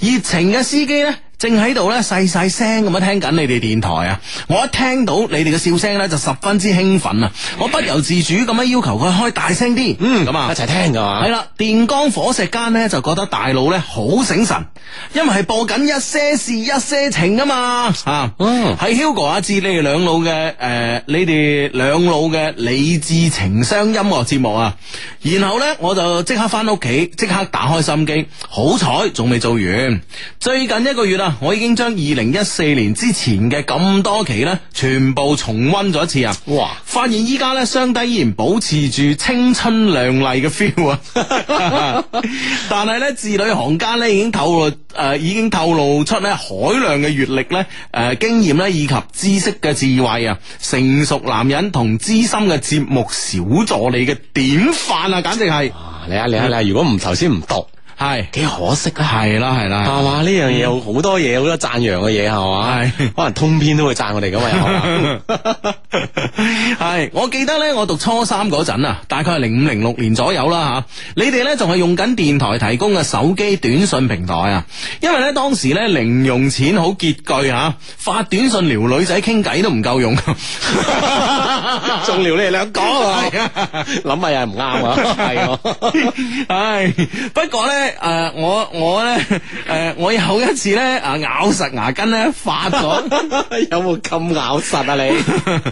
熱情嘅司機咧正喺度咧細細聲咁樣聽緊你哋電台啊！我一聽到你哋嘅笑聲咧，就十分之興奮啊！我不由自主咁樣要求佢開大聲啲，嗯，咁啊，一齊聽噶嘛系。啦，電光火石間咧就覺得大腦咧好醒神，因為係播緊一些事一些情啊嘛，啊，嗯係 Hugo 阿志你哋兩老嘅诶、呃你哋兩老嘅理智情商音樂節目啊，然後咧我就即刻翻屋企，即刻打開心機，好彩仲未做完，最近一個月啊，我已經將二零一四年之前嘅咁多期咧全部重温咗一次啊，哇發現依家咧，雙低依然保持住青春靚麗嘅 feel 啊！但係咧，字裏行間咧已經透露誒、呃已經透露出咧海量嘅閱歷咧誒、呃、經驗咧以及知識嘅智慧啊！成熟男人同資深嘅節目小助理嘅典範啊，簡直係啊你啊你啊你啊！如果唔頭先唔讀，係幾可惜啊！係啦係啦，係嘛？呢樣嘢有好多嘢，好多讚揚嘅嘢係嘛？係可能通篇都會讚我哋噶嘛？有可能系，我記得呢，我讀初三嗰陣啊，大概係零五零六年左右啦吓。你哋呢仲係用緊電台提供嘅手機短信平台啊，因為呢當時呢零用錢好拮據吓，發短信撩女仔傾偈都唔夠用。仲撩你哋兩個啊係啊諗下又係唔啱啊！係啊， 唉，啊不過咧，诶、我我咧，诶、我有一次咧，啊，咬實牙根咧，發咗。有冇咁咬實啊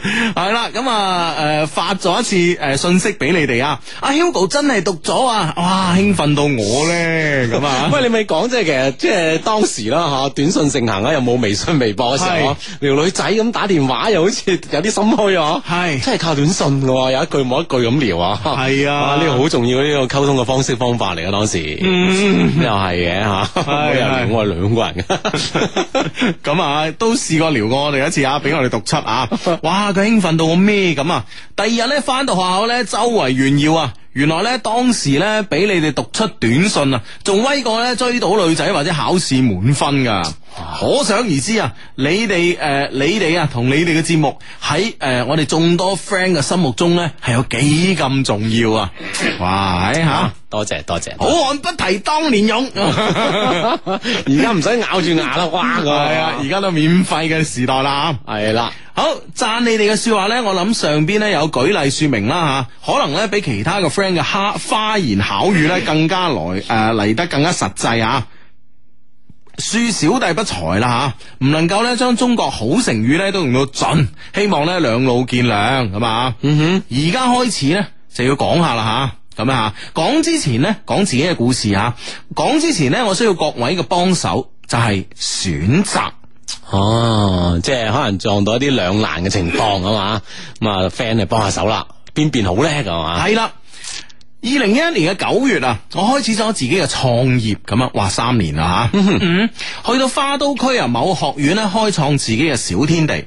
你？系啦，咁啊，诶、發咗一次诶、誒信息俾你哋啊，阿 Hugo 真係讀咗啊，哇，興奮到我咧，咁啊，喂，你咪講即係其實即係當時啦吓，短信盛行啊啦，又冇微信、微博嘅時候啊，撩女仔咁打電話又好似有啲心虛啊，係真係靠短信嘅喎，有一句冇一句咁聊啊，係啊哇呢個好重要呢個溝通嘅方式方法嚟啊，當時嗯又係嘅吓， 係我又係撩我係兩個人 嘅，咁啊，都試過撩過我哋一次啊，俾我哋讀出啊，哇！佢興奮到我咩咁啊！第二日咧翻到學校咧，周圍炫耀啊！原來咧當時咧俾你哋讀出短信啊，仲威過咧追到女仔或者考試滿分噶。可想而知啊，你哋誒、呃你哋啊，同你哋嘅節目喺誒、呃我哋眾多 friend 嘅心目中咧，係有幾咁重要啊！哇！唉嚇、多謝多謝，好漢不提當年勇。而家唔使咬住牙啦， 哇咁系啊，而家都免費嘅時代啦啊係啦。好讚你哋嘅说話呢，我諗上邊呢有舉例說明啦啊吓，可能呢比其他嘅 friend 嘅哈花言巧語呢更加來诶嚟、得更加實際啊。恕小弟不才啦啊吓，唔能夠呢將中國好成語呢都用到盡，希望呢兩路見諒咁啊。嗯哼，而家開始呢就要講下啦吓，咁啊講之前呢，講自己嘅故事啊，講之前呢，我需要各位嘅幫手，就係選擇。哦，即係可能撞到一啲兩難嘅情況啊嘛，咁啊 friend 嚟幫下手啦，邊邊好叻啊係嘛？系啦。二零一一年嘅九月啊，我開始咗自己嘅創業咁啊，哇三年啦吓，嗯去到花都區啊某學院咧開創自己嘅小天地，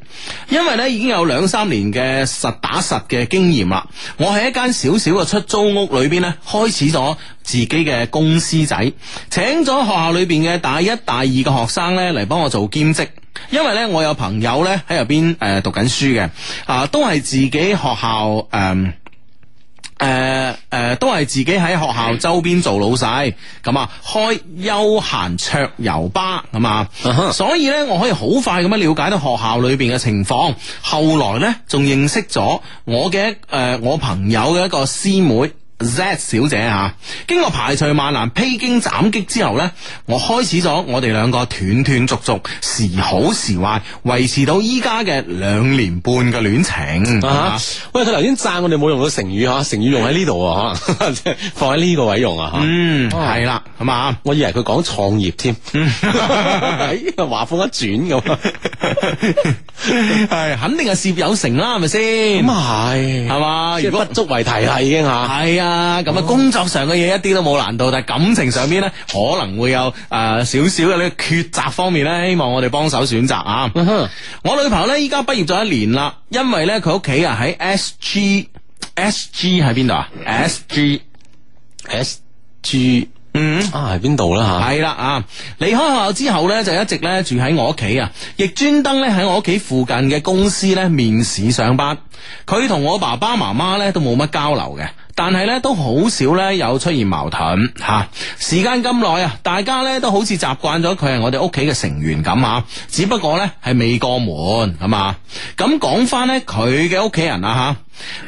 因為咧已經有兩三年嘅實打實嘅經驗啦，我喺一間小小嘅出租屋裏邊咧開始咗自己嘅公司仔，請咗學校裏邊嘅大一大二嘅學生咧嚟幫我做兼職。因為咧，我有朋友咧喺入邊誒讀緊書嘅，啊，都係自己學校誒。嗯诶诶、呃都係自己喺學校周邊做老細，咁啊開休閒桌遊吧，咁啊啊哈所以呢，我可以好快咁樣了解到學校裏边嘅情況。後來呢，仲認識咗我嘅诶、呃我朋友嘅一個師妹。Z 小姐吓，經過排除萬難、披荊斬棘之後呢，我開始咗我哋兩個斷斷續續、時好時壞，維持到依家嘅兩年半嘅戀情。啊哈！喂，佢頭先讚我哋冇用到成語吓，成語用喺呢度啊，可能 即係放喺呢個位用啊吓。嗯，係啦，咁啊。我以為佢講創業 添，咦話風一轉咁，系肯定係事業有成啦，係咪先？咁啊係，係嘛？即係如果不哦足為提啦已經吓。係啊，咁啊，工作上嘅嘢一啲都冇難度，但係感情上邊咧，可能會有诶少少嘅呢個抉擇方面咧，希望我哋幫手選擇啊。嗯哼我女朋友咧依家畢業咗一年啦，因為咧佢屋企啊喺 S G S G 喺邊度啊？S G S G 嗯。啊喺邊度啦系啦啊！离开學校之後呢，就一直呢住喺我屋企啊，亦專登呢喺我屋企附近嘅公司呢面試上班。佢同我爸爸媽媽呢都冇乜交流嘅，但係咧都好少咧有出現矛盾吓、時間咁耐啊，大家咧都好似習慣咗佢係我哋屋企嘅成員咁啊，只不過咧係未過門咁啊。咁講翻咧佢嘅屋企人啊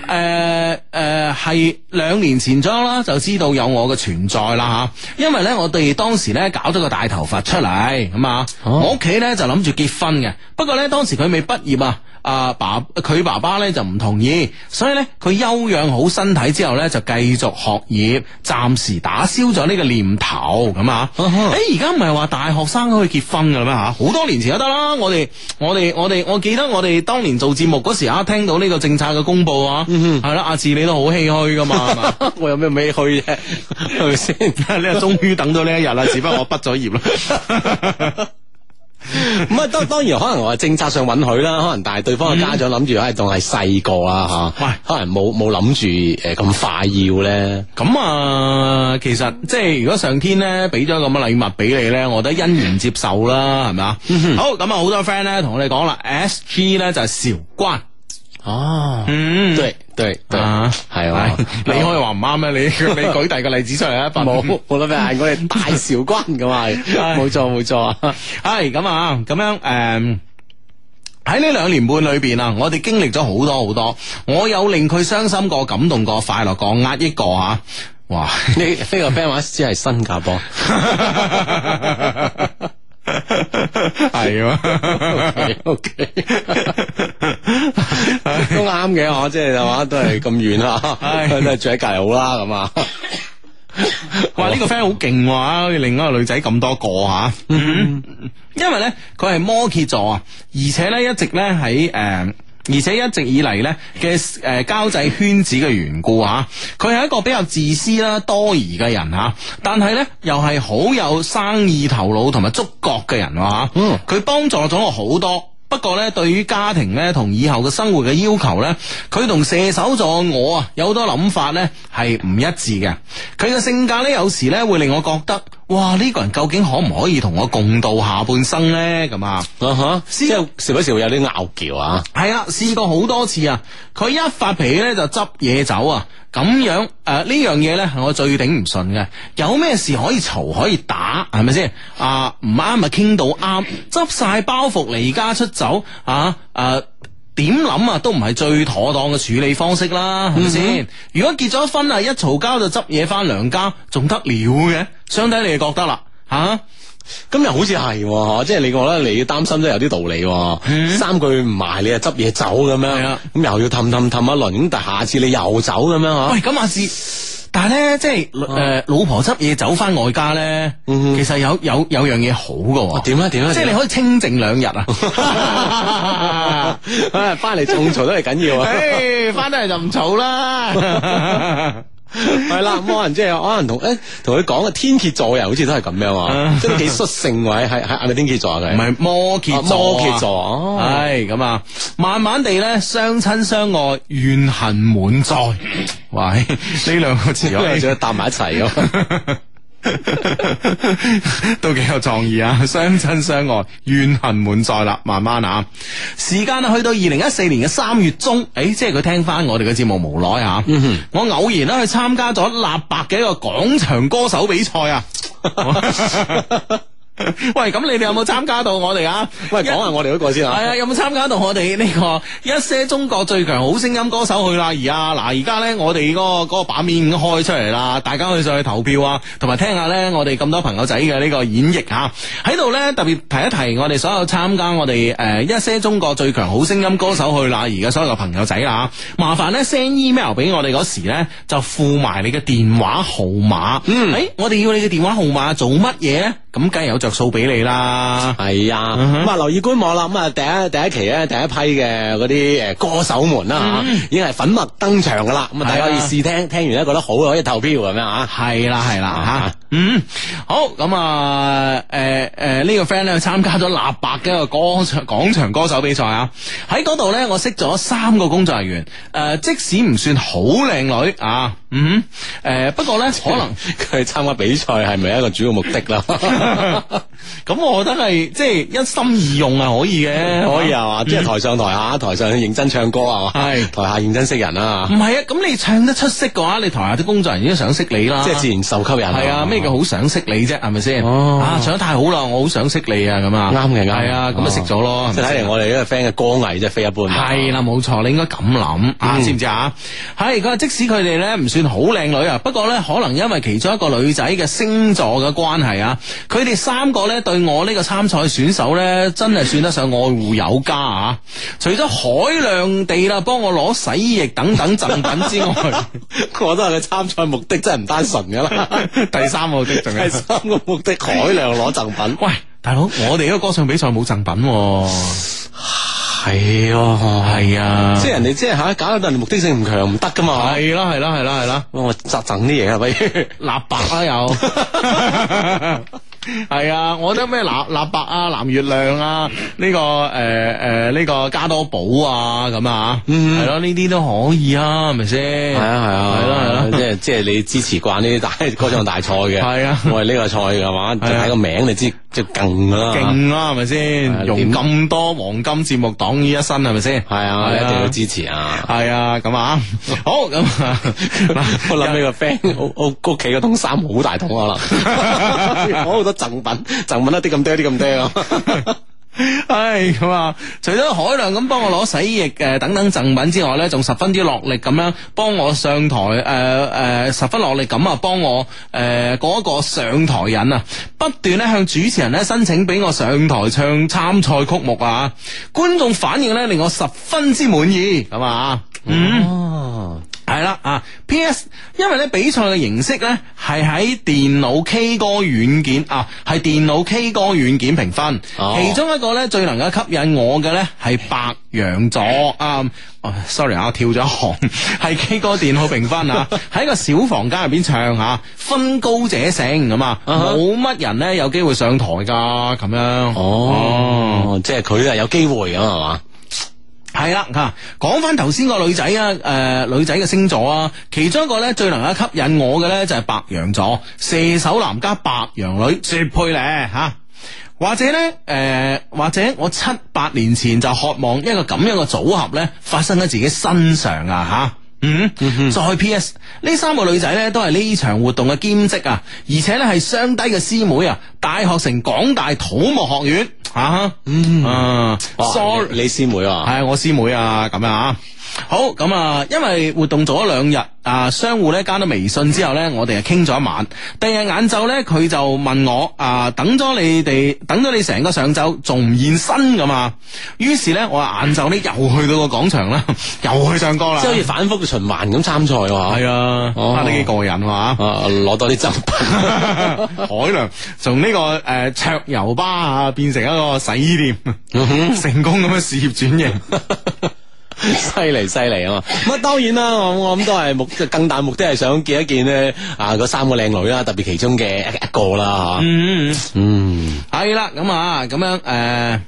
吓，誒誒呃係兩年前左右啦，就知道有我嘅存在啦吓，因為咧我哋當時咧搞咗個大頭佛出嚟咁啊，我屋企咧就諗住結婚嘅，不過咧當時佢未畢業啊。啊爸佢爸爸咧就唔同意，所以咧佢休養好身體之後咧就繼續學業，暫時打消咗呢個念頭咁啊。誒而家唔係話大學生都可以結婚噶啦咩吓？好多年前都得啦，我哋我哋我哋我記得我哋當年做節目嗰時啊，聽到呢個政策嘅公布啊，係啦、阿志你都好唏噓噶嘛，係嘛 我有咩尾去啫？係咪先？你啊終於等到呢一日啦，只不過我畢咗業啦。咁啊，當當然可能話政策上允許啦，可能但係對方嘅家長諗住，唉，仲係細個啦吓，嗯喂可能冇冇諗住誒咁快要咧，咁啊，其實即係如果上天咧俾咗咁嘅禮物俾你咧，我覺得欣然接受啦，係咪啊？好，咁啊，好多 friend 咧同我哋講啦，S G 咧就係韶關，哦，嗯對對對，啊係啊， 你可以話唔啱咩？啊你你舉第二個例子出嚟啊，笨冇冇得咩？係我哋大韶 關噶哎嘛，冇錯冇錯啊，係咁啊，咁樣誒。喺呢兩年半裏邊啊，我哋經歷咗好多好多，我有令佢傷心過、感動過、快樂過、壓抑過啊！哇！ 呢呢個 friend 話只係新加坡，係啊 OK，都啱嘅嗬，即係係嘛，都係咁遠啦，唉都係住喺隔離好啦咁啊，哇！呢、個 friend 好勁喎，啊另外一個女仔咁多個吓、因為咧佢係摩羯座啊，而且咧一直咧喺誒。呃而且一直以嚟咧嘅誒交際圈子嘅緣故啊，佢係一個比較自私啦、多疑嘅人啊，但係咧又係好有生意頭腦同埋觸覺嘅人啊，嗯佢幫助咗我好多。不過咧，對於家庭咧同以後嘅生活嘅要求咧，佢同射手座我啊有好多諗法咧係唔一致嘅。佢嘅性格咧有時咧會令我覺得，哇呢、個人究竟可唔可以同我共度下半生咧？咁啊！啊哈，即係時不時會有啲拗撬啊。係啦，試過好多次啊！佢一發脾氣咧就執嘢走啊，咁樣誒、呃呢樣嘢咧係我最頂唔順嘅。有咩事可以嘈可以打，係咪先？啊唔啱咪傾到啱，執晒包袱離家出走啊誒。呃點諗啊，都唔係最妥當嘅處理方式啦，係咪先？如果結咗婚啊，一嘈交就執嘢翻娘家，仲得了嘅？相睇你哋覺得啦，吓、咁又好似係喎，即係你覺得你擔心都有啲道理喎。三句唔埋你就執嘢走咁係樣嗯啊，咁又要氹氹氹一輪，咁但下次你又走咁樣喂，嗬。咁阿志，但系咧，即系啊誒、呃老婆執嘢走翻外家咧，其實有有有樣嘢好嘅喎。點嗯啊點啊即係點你啊！可以清靜兩日 啊唉翻嚟種草都係緊要啊。誒，翻得嚟就唔嘈 啦。係啦，咁可能即係可能同誒同佢講嘅天蠍座嘅人好似都係咁樣啊，即係都幾率性位係係係咪天蠍座啊佢？唔係摩羯啊座摩啊羯座哦。唉，咁啊，慢慢地咧，相親相愛，怨恨滿載。喂，呢兩個詞如果可 你以仲要搭埋一齊咁。 都幾有創意啊！ 相親相愛，怨恨滿載啦，慢慢啊！時間啊去到二零一四年嘅三月中，誒、即係佢聽翻我哋嘅節目無耐啊！嗯我偶然啊咧去參加咗立白嘅一個廣場歌手比賽 啊！ 喂，咁你哋有冇參加到我哋啊？喂， 講下我哋嗰個先啊。係啊，有冇參加到我哋呢個一些中國最強好聲音歌手去啦？而啊，嗱，而家咧我哋嗰、個嗰個版面已經開出嚟啦，大家可以上去投票啊，同埋聽下咧我哋咁多朋友仔嘅呢個演繹吓。喺度咧特別提一提我哋所有參加我哋誒、呃一些中國最強好聲音歌手去啦，而家所有嘅朋友仔啦，麻煩咧 send email 俾我哋嗰時咧就附埋你嘅電話號碼。嗯，誒、我哋要你嘅電話號碼做乜嘢咧？咁梗係有着數俾你啦。系啊，嗯咁啊留意官網啦，咁啊第一第一期咧第一批嘅嗰啲诶歌手們啦吓，已經係粉墨登場噶啦，咁啊大家可以嗯係啊試聽，聽完咧覺得好可以投票咁樣啊。 系啦系啦吓啊，嗯，好咁啊，诶诶呢個 friend 咧參加咗立白嘅一個歌唱廣場歌手比賽啊，喺嗰度咧我識咗三個工作人員，诶、即使唔算好靚女啊。嗯哼，誒不 過咧，可能佢參加比賽係咪一個主要目的 啦？ 咁我覺得係即係一心二用啊係可以嘅， 可以啊嘛，即係台上台下，台上認真唱歌啊嘛，嗯係台下認真識人啊唔，係啊，咁你唱得出色嘅話，你台下啲工作人員都想識你啦。即係自然受吸引。啊係啊，咩叫好想識你啫？係咪先？哦啊，唱得太好啦，我好想識你啊，咁啊，啱嘅啱嘅係啊，咁啊哦識咗咯。即係睇嚟我哋呢個 friend 嘅歌藝真係非一般。啊系啦，冇錯，你應該咁嗯諗啊，知唔知啊？係佢話即使佢哋咧唔算好靚女啊，不過咧可能因為其中一個女仔嘅星座嘅關係啊，佢哋三個咧對我呢個參賽選手咧真係算得上愛護有加啊！除咗海量地啦幫我攞洗衣液等等贈品之外， 我覺得佢參賽目的真係唔單純㗎 啦，第三個目的仲 第係三個目的海量攞贈品。喂。大佬，我哋呢個歌唱比賽冇贈品喎，係喎，係啊，即係人哋即係吓搞到人哋目的性唔強唔得㗎嘛。係啦，係啦，係啦，係啦。喂我集贈啲嘢啦，不 如。立白啦 又，係啊，我覺得咩藍立白啊、藍月亮啊，呢、個誒誒呢個加多寶啊咁啊，係咯、呢啲都可以啊，係咪先？系嗯啊系啊，係啦係啦即系即系你支持慣呢啲大 歌唱大賽嘅，係啊我哋呢個賽嘅話，就係啊睇個名你知即係勁㗎啦，勁啦，係咪啊先？用點咁多黃金節目擋於一身，係咪先？係啊，你係啊一定要支持啊！係啊，咁啊，好咁啊， 我諗 起個 friend，屋屋屋企嗰桶衫好大桶可能，我好多贈品，贈品一啲咁多，一啲咁多啊！ 唉，咁啊，除咗海量咁幫我攞洗衣液誒、等等贈品之外咧，仲十分之落力咁樣幫我上台誒誒、呃十分落力咁啊，幫我誒嗰、個上台人啊，不斷咧向主持人咧申請俾我上台唱參賽曲目啊，觀眾反應咧令我十分之滿意咁啊，嗯。哦，系啦啊！P.S. 因為咧比賽嘅形式咧係喺電腦 K 歌軟件啊，係電腦 K 歌軟件評分，哦其中一個咧最能夠吸引我嘅咧係白羊座啊、哦 Sorry 啊，跳咗一行， 係 K 歌電腦評分 啊，喺個小房間入邊唱吓，分高者勝咁啊，哈冇乜人咧有機會上台噶咁樣。哦，即係佢係有機會咁係嘛？系啦，吓講翻頭先個女仔啊，诶、女仔嘅星座啊，其中一個咧最能夠吸引我嘅咧就係白羊座，射手男加白羊女，絕配咧吓。或者咧，诶、或者我七八年前就渴望一個咁樣嘅組合咧，發生喺自己身上啊，吓。嗯，再 P.S. 呢三個女仔咧都係呢場活動嘅兼職啊，而且咧係雙低嘅師妹啊，大學城廣大土木學院啊，嗯啊哇，sorry。你你師妹啊，系我師妹啊，咁啊，好咁啊，因為活動做咗兩日啊，相互咧加咗微信之後咧，我哋啊傾咗一晚。第二日晏晝咧，佢就問我啊，等咗你哋，等咗你成個上晝，仲唔現身咁啊？於是咧，我啊晏晝咧又去到個廣場啦， 又去唱歌啦即係。好似反覆循環咁參賽喎，係啊，哦啊呢幾過癮啊！啊，攞多啲贈 品。海良從呢、個誒、呃桌遊吧啊變成一個洗衣店，成功咁樣事業轉型。犀利犀利啊嘛！咁啊，當然啦，我我諗都係目更大目的係想見一見咧啊嗰三個靚女啦，特別其中嘅一一個啦吓。嗯。嗯，系啦，咁啊，咁样诶。呃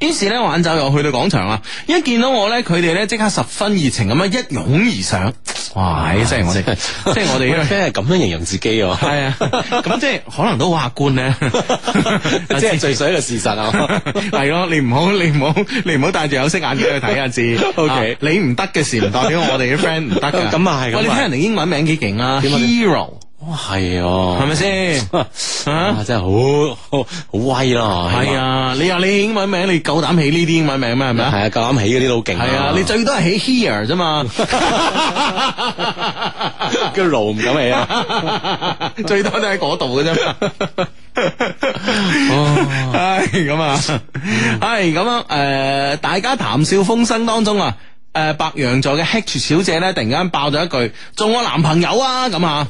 於是咧，晏晝又去到廣場啦。一見到我咧，佢哋咧即刻十分熱情咁樣一擁而上。哇！即係我 哋，即係我哋呢個，真係咁樣形容自己喎，係啊。咁即係可能都好客觀 咧，即係最水嘅事實啊！係咯。你唔好，你唔好，你唔好戴住有色眼鏡去睇下字。 OK 啊你唔得嘅事唔代表我哋啲 friend 唔得㗎。咁啊係咁啊喂，你睇人哋英文名幾勁啊點啊？Hero 哇，係係哦，咪先？啊 啊，真係好好好威啦！系啊，你話你英文名，你夠膽起呢啲英文名咩？係咪係嘛，啊？係啊，夠膽起嗰啲都好勁。係啊，你最多係起 here 啫嘛， 個爐唔敢起啊！最多都喺嗰度嘅啫嘛。唉，咁啊，唉，咁樣诶、誒大家談笑風生當中啊，诶、白羊座嘅 H 小姐咧，突然間爆咗一句：做我男朋友啊！咁啊，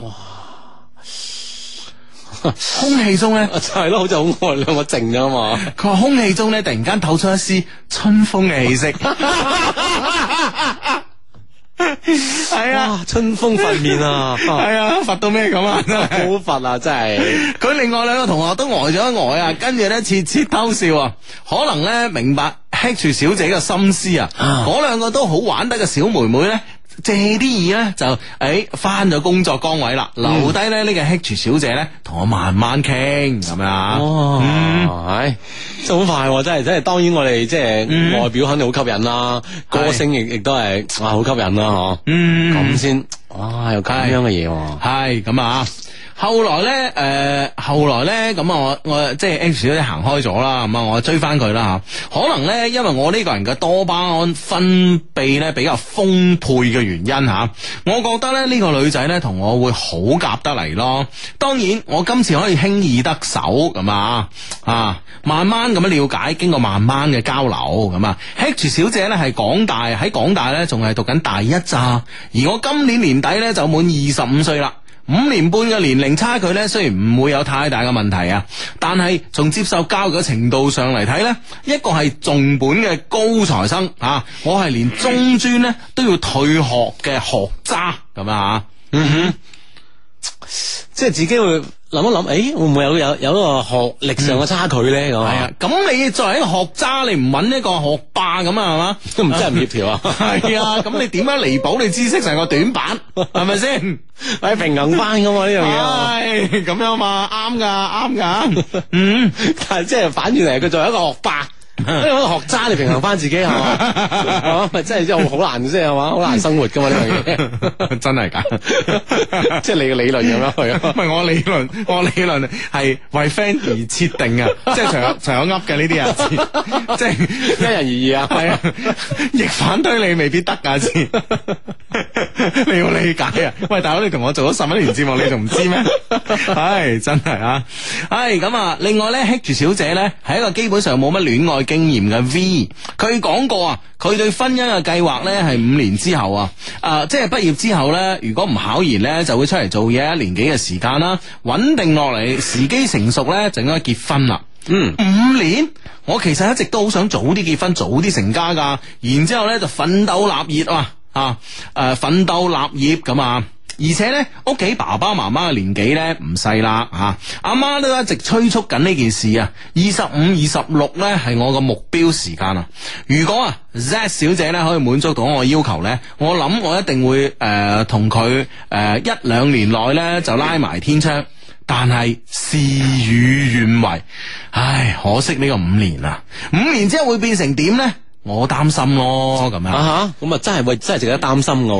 空氣中咧。啊就係咯，好似好我兩個靜咗啊嘛。佢話空氣中咧，突然間透出一絲春風嘅氣 息。係啊， 哇，春風拂面 啊！係啊，罰到咩咁啊！真係好佛啊，真係佢另外兩個同學都呆咗一呆啊，跟住咧切切偷笑啊，可能咧明白 H 小姐嘅心思啊，啊嗰兩個都好玩得嘅小妹妹咧。借啲意咧就誒翻咗工作崗位啦，嗯留低咧呢個 H 小姐咧同我慢慢傾咁樣啊。哦，唉，真係好快喎，真係真係，當然我哋即係外表肯定好吸引啦，歌聲亦亦都係啊好吸引啦，嗬，嗯咁先，哇，有咁樣嘅嘢喎，係咁啊。後來咧，誒、後來咧，咁啊，我我即係 H 小姐行開咗啦，咁啊，我追翻佢啦嚇。可能咧，因為我呢個人嘅多巴胺分泌咧比較豐沛嘅原因嚇，我覺得咧呢、個女仔咧同我會好夾得嚟咯。當然，我今次可以輕易得手咁啊啊，慢慢咁樣了解，經過慢慢嘅交流咁啊。H 小姐咧係港大喺港大咧仲係讀緊大一咋，而我今年年底咧就滿二十五歲啦。五年半嘅年齡差距呢，雖然唔會有太大嘅問題啊，但係從接受教育嘅程度上嚟睇呢，一個係重本嘅高材生啊，我係連中專呢都要退學嘅學渣咁啊，即係自己會諗一諗，誒，會唔會有有有一個學歷上嘅差距咧？咁係啊，，咁你作為一個學渣，你唔揾一個學霸咁啊，係嘛？都唔真係唔協調啊， 係啊，咁你點樣彌補你知識上個短板？係咪 先？係平衡翻噶嘛呢 樣嘢啊。唉，咁樣嘛，啱噶，啱 噶，嗯。但係即係反而嚟，佢作為一個學霸，因為一個學渣，你平衡翻自己係 嘛，係嘛咪真係真係好難，即係係嘛，好難生活噶嘛呢樣 嘢，真係噶，即係你嘅理論咁樣去啊。唔係我理論，我理論係為 friend 而設定啊，即係除有除有噏嘅呢啲 啊，即係因人而異啊，係啊， 逆反推理未必得噶，先 你要理解啊。喂，大佬，你同我做咗十一年節目，你仲唔知 咩？唉，真係啊，唉咁啊。另外咧，H 小姐咧係一個基本上冇乜戀愛經驗嘅 V，佢講過啊，佢對婚姻嘅計劃咧係五年之後啊，啊、即係畢業之後咧，如果唔考研咧，就會出嚟做嘢一年幾嘅時間啦，穩定落嚟，時機成熟咧，就應該結婚啦。嗯，五年，我其實一直都好想早啲結婚，早啲成家噶，然之後咧就奮鬥立業啊，啊，誒奮鬥立業咁啊。而且咧，屋企爸爸媽媽嘅年紀咧唔細啦，吓阿媽都一直催促緊呢件事啊。二十五、二十六咧係我嘅目標時間啊。如果啊 Z 小姐咧可以滿足到我嘅要求咧，我諗我一定會誒同佢誒一兩年內咧就拉埋天窗。但係事與願違，唉，可惜呢個五年啦，五年之後會變成點呢？我擔心咯，咁樣。啊哈，咁啊真係喂，真係值得擔心噶、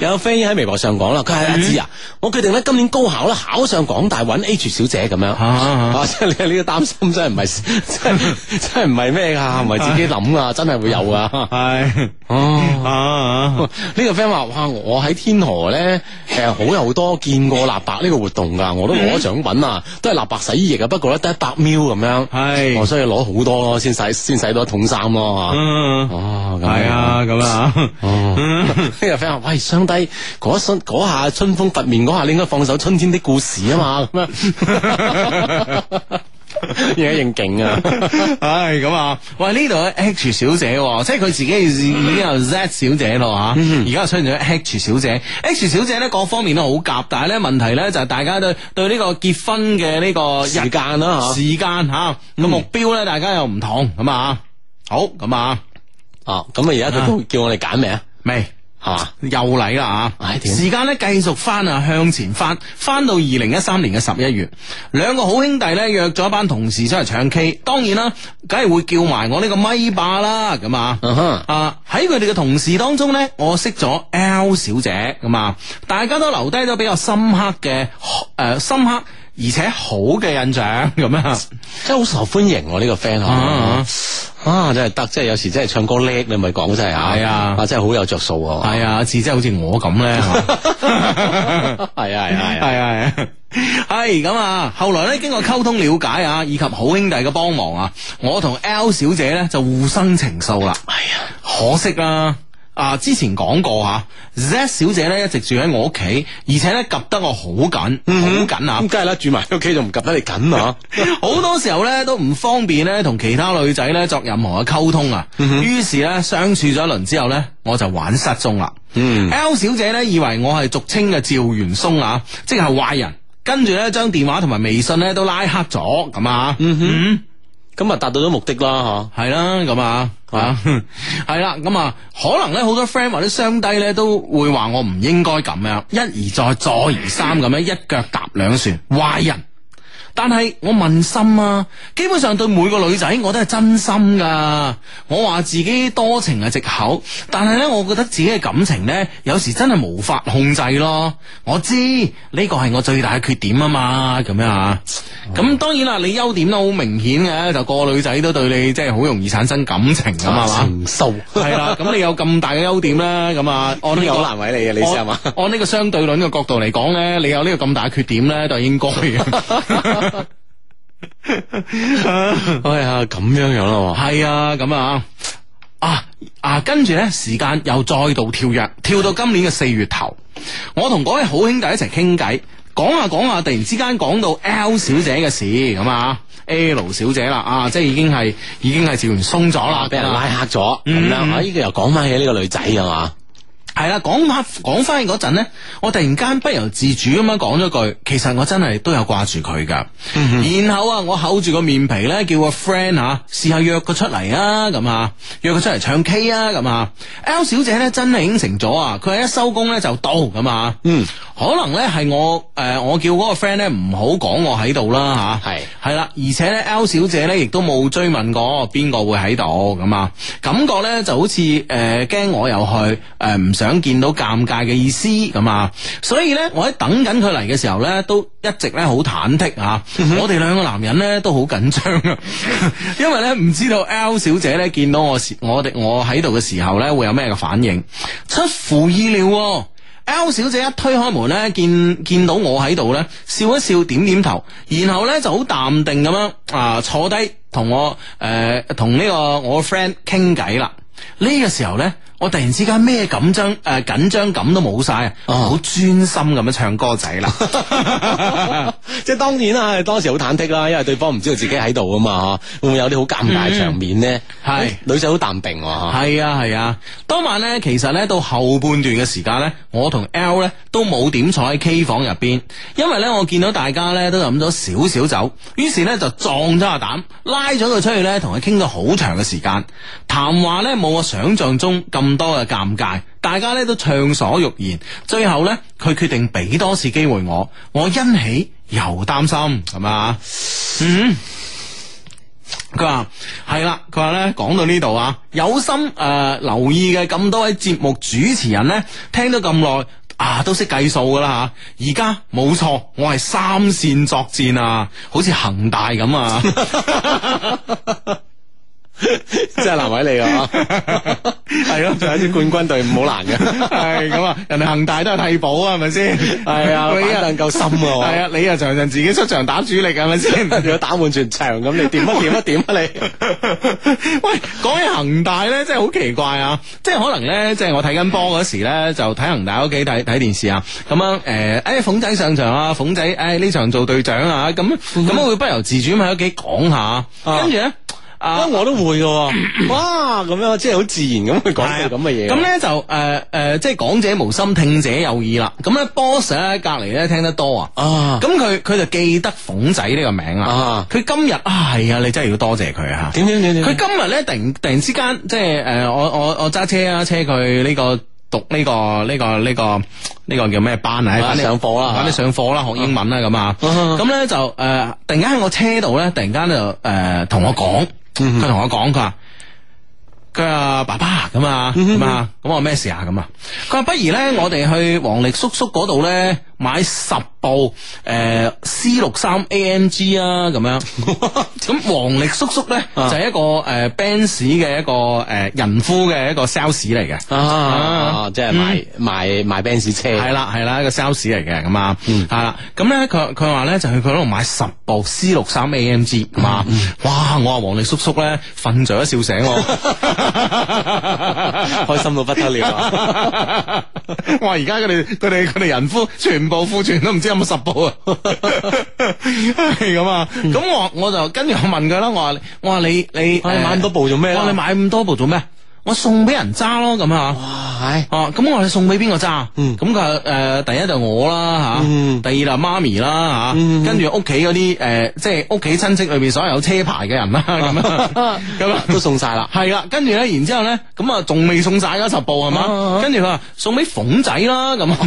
有 friend 喺微博上講啦，佢嗯係阿芝啊，我決定咧今年高考咧考上港大揾 H 小姐咁樣。啊啊啊！即係你呢個擔心真係唔係， 真係真係唔係咩噶，唔係自己諗噶，真係會有噶。係哦，啊，呢個 friend 話：，哇！我喺天河咧，誒好有好多見過立白呢個活動㗎，嗯我都攞咗獎品啊，都係立白洗衣液啊，不過咧得一百 ml 咁樣，哦係我所以攞好多咯，先洗先洗到一桶衫咯嚇。嗯，哦，咁樣係啊，咁啊，哦， 呢個 friend 話：，喂，相低嗰一瞬嗰下春風拂面嗰下，你應該放首《春天的故事》啊嘛，咁樣。 而家應景啊！唉，咁啊，喂，呢度有 H 小姐喎，即係佢自己已經有 Z 小姐咯吓，而家又出現咗 H 小姐，H 小姐咧各方面都好夾，但係咧問題咧就係大家對對呢個結婚嘅呢個時間啦嚇時間吓嗯個目標咧，大家又唔同咁啊，好咁啊，啊，咁啊，而家佢都叫我哋揀咩啊？未。係嘛？又嚟啦唉吓，點時間咧繼續翻啊，向前翻，翻到二零一三年嘅十一月，兩個好兄弟咧約咗一班同事出嚟唱 K，當然啦，梗係會叫埋我呢個咪霸啦，咁啊。嗯哼，啊！喺佢哋嘅同事當中呢，我識咗 L 小姐咁啊，大家都留低咗比較深刻嘅誒、呃深刻而且好嘅印象咁啊樣。真係好受歡迎喎！呢個 friend 啊啊，啊，真係得，即係有時真係唱歌叻，你咪講真係啊，係啊啊，真係好有着數啊！係啊，似真係好似我咁咧。係嘛係啊，係啊，係啊，係啊係啊。係咁啊！後來咧，經過溝通了解啊，以及好兄弟嘅幫忙啊，我同 L 小姐咧就互生情愫啦。係啊，可惜啦、啊，之前講過吓、z 小姐咧一直住喺我屋企，而且咧及得我好緊，好緊啊咁！梗係啦，住埋屋企就唔及得你緊啊！ 好多時候咧都唔方便咧同其他女仔咧作任何嘅溝通啊。於是咧相處咗一輪之後咧，我就玩失蹤啦。嗯 L 小姐咧以為我係俗稱嘅趙元松啊，即係壞人。跟住咧，將電話同埋微信咧都拉黑咗，咁啊，嗯哼，咁啊，達到咗目的啦，係啦，咁啊，啊，系啦，咁啊，可能咧好多 friend 或者相低咧都會話我唔應該咁樣，一而再，再而三咁樣一腳踏兩船，壞人。但係我問心啊，基本上對每個女仔我都係真心噶。我話自己多情啊係藉口，但係咧，我覺得自己嘅感情咧，有時真係無法控制咯。我知呢個係我最大嘅缺點啊嘛，咁樣啊。咁當然啦，你優點都好明顯嘅，就個女仔都對你即係好容易產生感情咁啊嘛。情愫系啦，咁你有咁大嘅優點啦，咁啊，按呢、呢個個好難為你嘅你知係嘛按按呢個相對論嘅角度嚟講咧，你有呢個咁大嘅缺點咧，就係應該嘅。哎呀，咁樣樣咯係啊，咁啊。啊啊！跟住呢，時間又再度跳躍，跳到今年嘅四月頭，我同嗰位好兄弟一齊傾偈，講下講下，突然之間講到 L 小姐嘅事咁啊，L 小姐啦啊，即係已經係已經係自然鬆咗啦，喎，啊俾人拉黑咗，嗯咁樣，啊，呢個又講翻起呢個女仔係嘛，系啦，講翻講翻嗰陣咧，我突然間不由自主咁樣講咗句，其實我真係都有掛住佢噶。然後啊，我厚住個面皮咧，叫個 friend 吓試下約佢出嚟啊，咁啊，約佢出嚟唱 K 啊，咁啊。L 小姐咧真係應承咗啊，佢係一收工咧就到咁啊。嗯，可能咧係我诶、呃我叫嗰個 friend 咧唔好講我喺度啦吓。係系啦，而且咧 L 小姐咧亦都冇追問過邊個會喺度咁啊，感覺咧就好似誒驚我又去誒唔、想見到尷尬嘅意思咁啊，所以咧我喺等緊佢嚟嘅時候咧，都一直咧好忐忑啊，我哋兩個男人咧都好緊張啊， 因為咧唔知道 L 小姐咧見到我時我哋我喺度嘅時候咧會有咩嘅反應，出乎意料喎、L 小姐一推開門咧，見見到我喺度咧，笑一笑，點點頭，然後咧就好淡定咁樣啊坐低同我誒同呢個我 friend 傾偈啦。呢、個時候咧，我突然之間咩緊張誒、呃、緊張感都冇晒啊，好專心咁樣唱歌仔啦。 即係當然啦，當時好忐忑啦，因為對方唔知道自己喺度啊 嘛，嚇，會唔會有啲好尷尬場面呢？係哎女仔好淡定喎，嚇系啊系啊，當晚咧，其實咧到後半段嘅時間咧，我同 L 咧都冇點坐喺 K 房入邊，因為咧我見到大家咧都飲咗少少酒，於是咧就撞咗下膽，拉咗佢出去咧，同佢傾咗好長嘅時間，談話咧冇我想象中咁多嘅尷尬，大家咧都暢所欲言，最後咧佢決定俾多次機會我，我欣喜又擔心，係嘛？嗯。佢話係啦，佢話咧講到呢度啊，有心誒、呃留意嘅咁多位節目主持人咧，聽咗咁耐啊，都識計數噶啦嚇。而家冇錯，我係三線作戰啊，好似恒大咁 啊。真係難為你啊！ 係咯仲有啲冠軍隊伍好難嘅，係咁啊！人哋恒大都係替補啊，係咪先？ 係 啊，你板啊凳夠深啊！係啊，你啊常常自己出場打主力啊係咪 先？如果打滿全場咁，你點一點一點 啊你？ 喂，講起恒大咧，真係好奇怪啊！即係可能咧，即係我睇緊波嗰時咧，就睇恒大屋企睇睇電視啊。咁樣誒，誒、哎、鳳仔上場啊，鳳仔誒呢場做隊長啊，咁咁樣會不由自主咁喺屋企講下，跟住咧啊啊，。我都會嘅 喎，哇，咁樣即係好自然咁去講到咁嘅嘢。咁咧就誒誒、呃即係講者無心，聽者有意啦。咁咧，boss 咧隔離咧聽得多啊，啊，咁佢佢就記得鳳仔呢個名啦啊。佢今日啊，係啊，你真係要多謝佢啊！點點點點，佢今日咧突然突然之間，即係誒、呃我我我揸車啊，車佢呢、個讀呢、個呢、個呢、個呢、個叫咩班啊？啊反正上課啦反正上課啦，學英文啦咁啊。啊咁咧就誒、呃突然間喺我車度咧，突然間就誒同、我講，佢同我講，佢話。佢話爸爸咁啊，咁啊，咁我話咩事啊咁啊？佢話不如咧，我哋去黃力叔叔嗰度咧買十部誒 C 六三 AMG 啊，咁樣。咁黃力叔叔咧就係一個誒 Benz 嘅一個誒人夫嘅一個 sales 嚟嘅。啊啊，即係賣賣賣 Benz 車，系嗯啦系啦，一個 sales 嚟嘅咁啊，嗯系啦，咁咧佢佢话咧就去佢嗰度買十部 C 六三 AMG 咁啊，嗯哇！我話黃力叔叔咧瞓着一笑醒 我， 開心到不得了 啊！我話而家佢哋佢哋佢哋人夫全部庫存都唔知有冇十部啊，係咁啊，嗯咁我我就跟住我問佢啦，我話你我話你你唉誒啊買咁多部做咩我啦話你買咁多部做咩？我送俾人揸咯咁啊。哇，哦，咁我哋送俾邊個揸？嗯咁佢誒第一就我啦嚇，嗯第二就媽咪啦嗯嚇，跟住屋企嗰啲誒，即係屋企親戚裏邊所有有車牌嘅人啦， 咁啊咁啊都送晒啦。系啦，跟住咧，然之后咧，咁啊，仲未送晒嗰十部係啊啊嘛啊，跟住佢話送俾馮仔啦，咁 啊。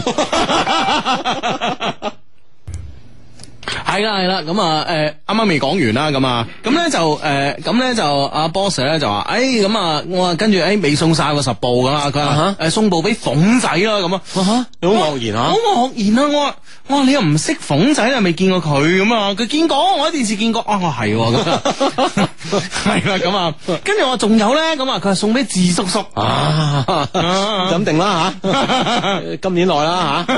係啦係啦，咁啊誒啱啱未講完啦，咁啊，咁咧就誒咁咧就阿 boss 咧就話，誒咁啊，我話跟住誒未送晒個十部噶嘛，佢啊話哈誒送部俾馮仔啦，咁啊。哇，你好愕然啊好！愕然啊！我話我話你又唔識馮仔，又未見過佢咁啊？佢見過，我喺電視見過。啊，我係喎咁 啊，係啦咁啊。跟住我話仲有咧，咁啊，佢話送俾智叔叔 啊， 咁定啦吓，今年內啦 吓，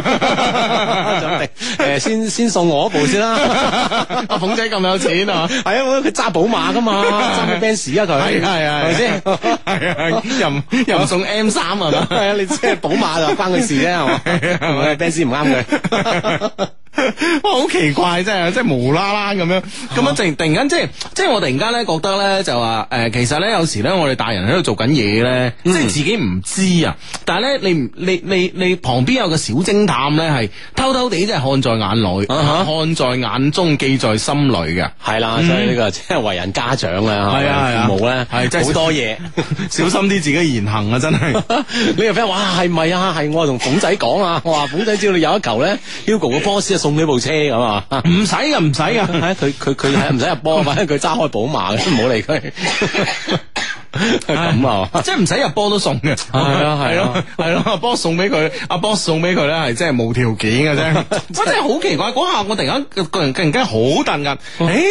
咁定誒先先送我一部先啦。 阿馮仔咁有錢啊！系啊，佢揸寶馬噶嘛，揸咩 Benz 啊佢，係係係 咪先？係啊，又唔又唔送 M 三係嘛系？啊，你即係寶馬就關佢事啫，係嘛？啊係 Benz 唔啱佢， 哇，好奇怪真係，即係無啦啦咁樣，咁樣突然突然間即係即係我突然間咧覺得咧就話誒、呃其實咧有時咧我哋大人喺度做緊嘢咧，嗯即係自己唔知啊，但係咧你唔你你你旁邊有個小偵探咧係偷偷地即係看在眼內，啊哈啊看在眼中，記在心裏嘅。係啦，所以呢個即係為人家長嗯啊，係啊係啊父母咧，係真係好多嘢。 小心啲自己言行啊！真係呢個 friend 哇，係咪啊？係我同鳳仔講啊，我話鳳仔只要你有一球咧，Hugo 個 boss 就送你部車咁啊。唔使噶，唔使係噶。啊佢佢佢係唔使入嗯波，反正佢揸開寶馬嘅，唔好理佢。 咁啊，即係唔使入波都送嘅，係啊係咯啊，係咯，阿 boss 送俾佢，阿 boss 送俾佢咧係真係無條件嘅 啫。哇，真係好奇怪，嗰下我突然間個人突然間好突兀，誒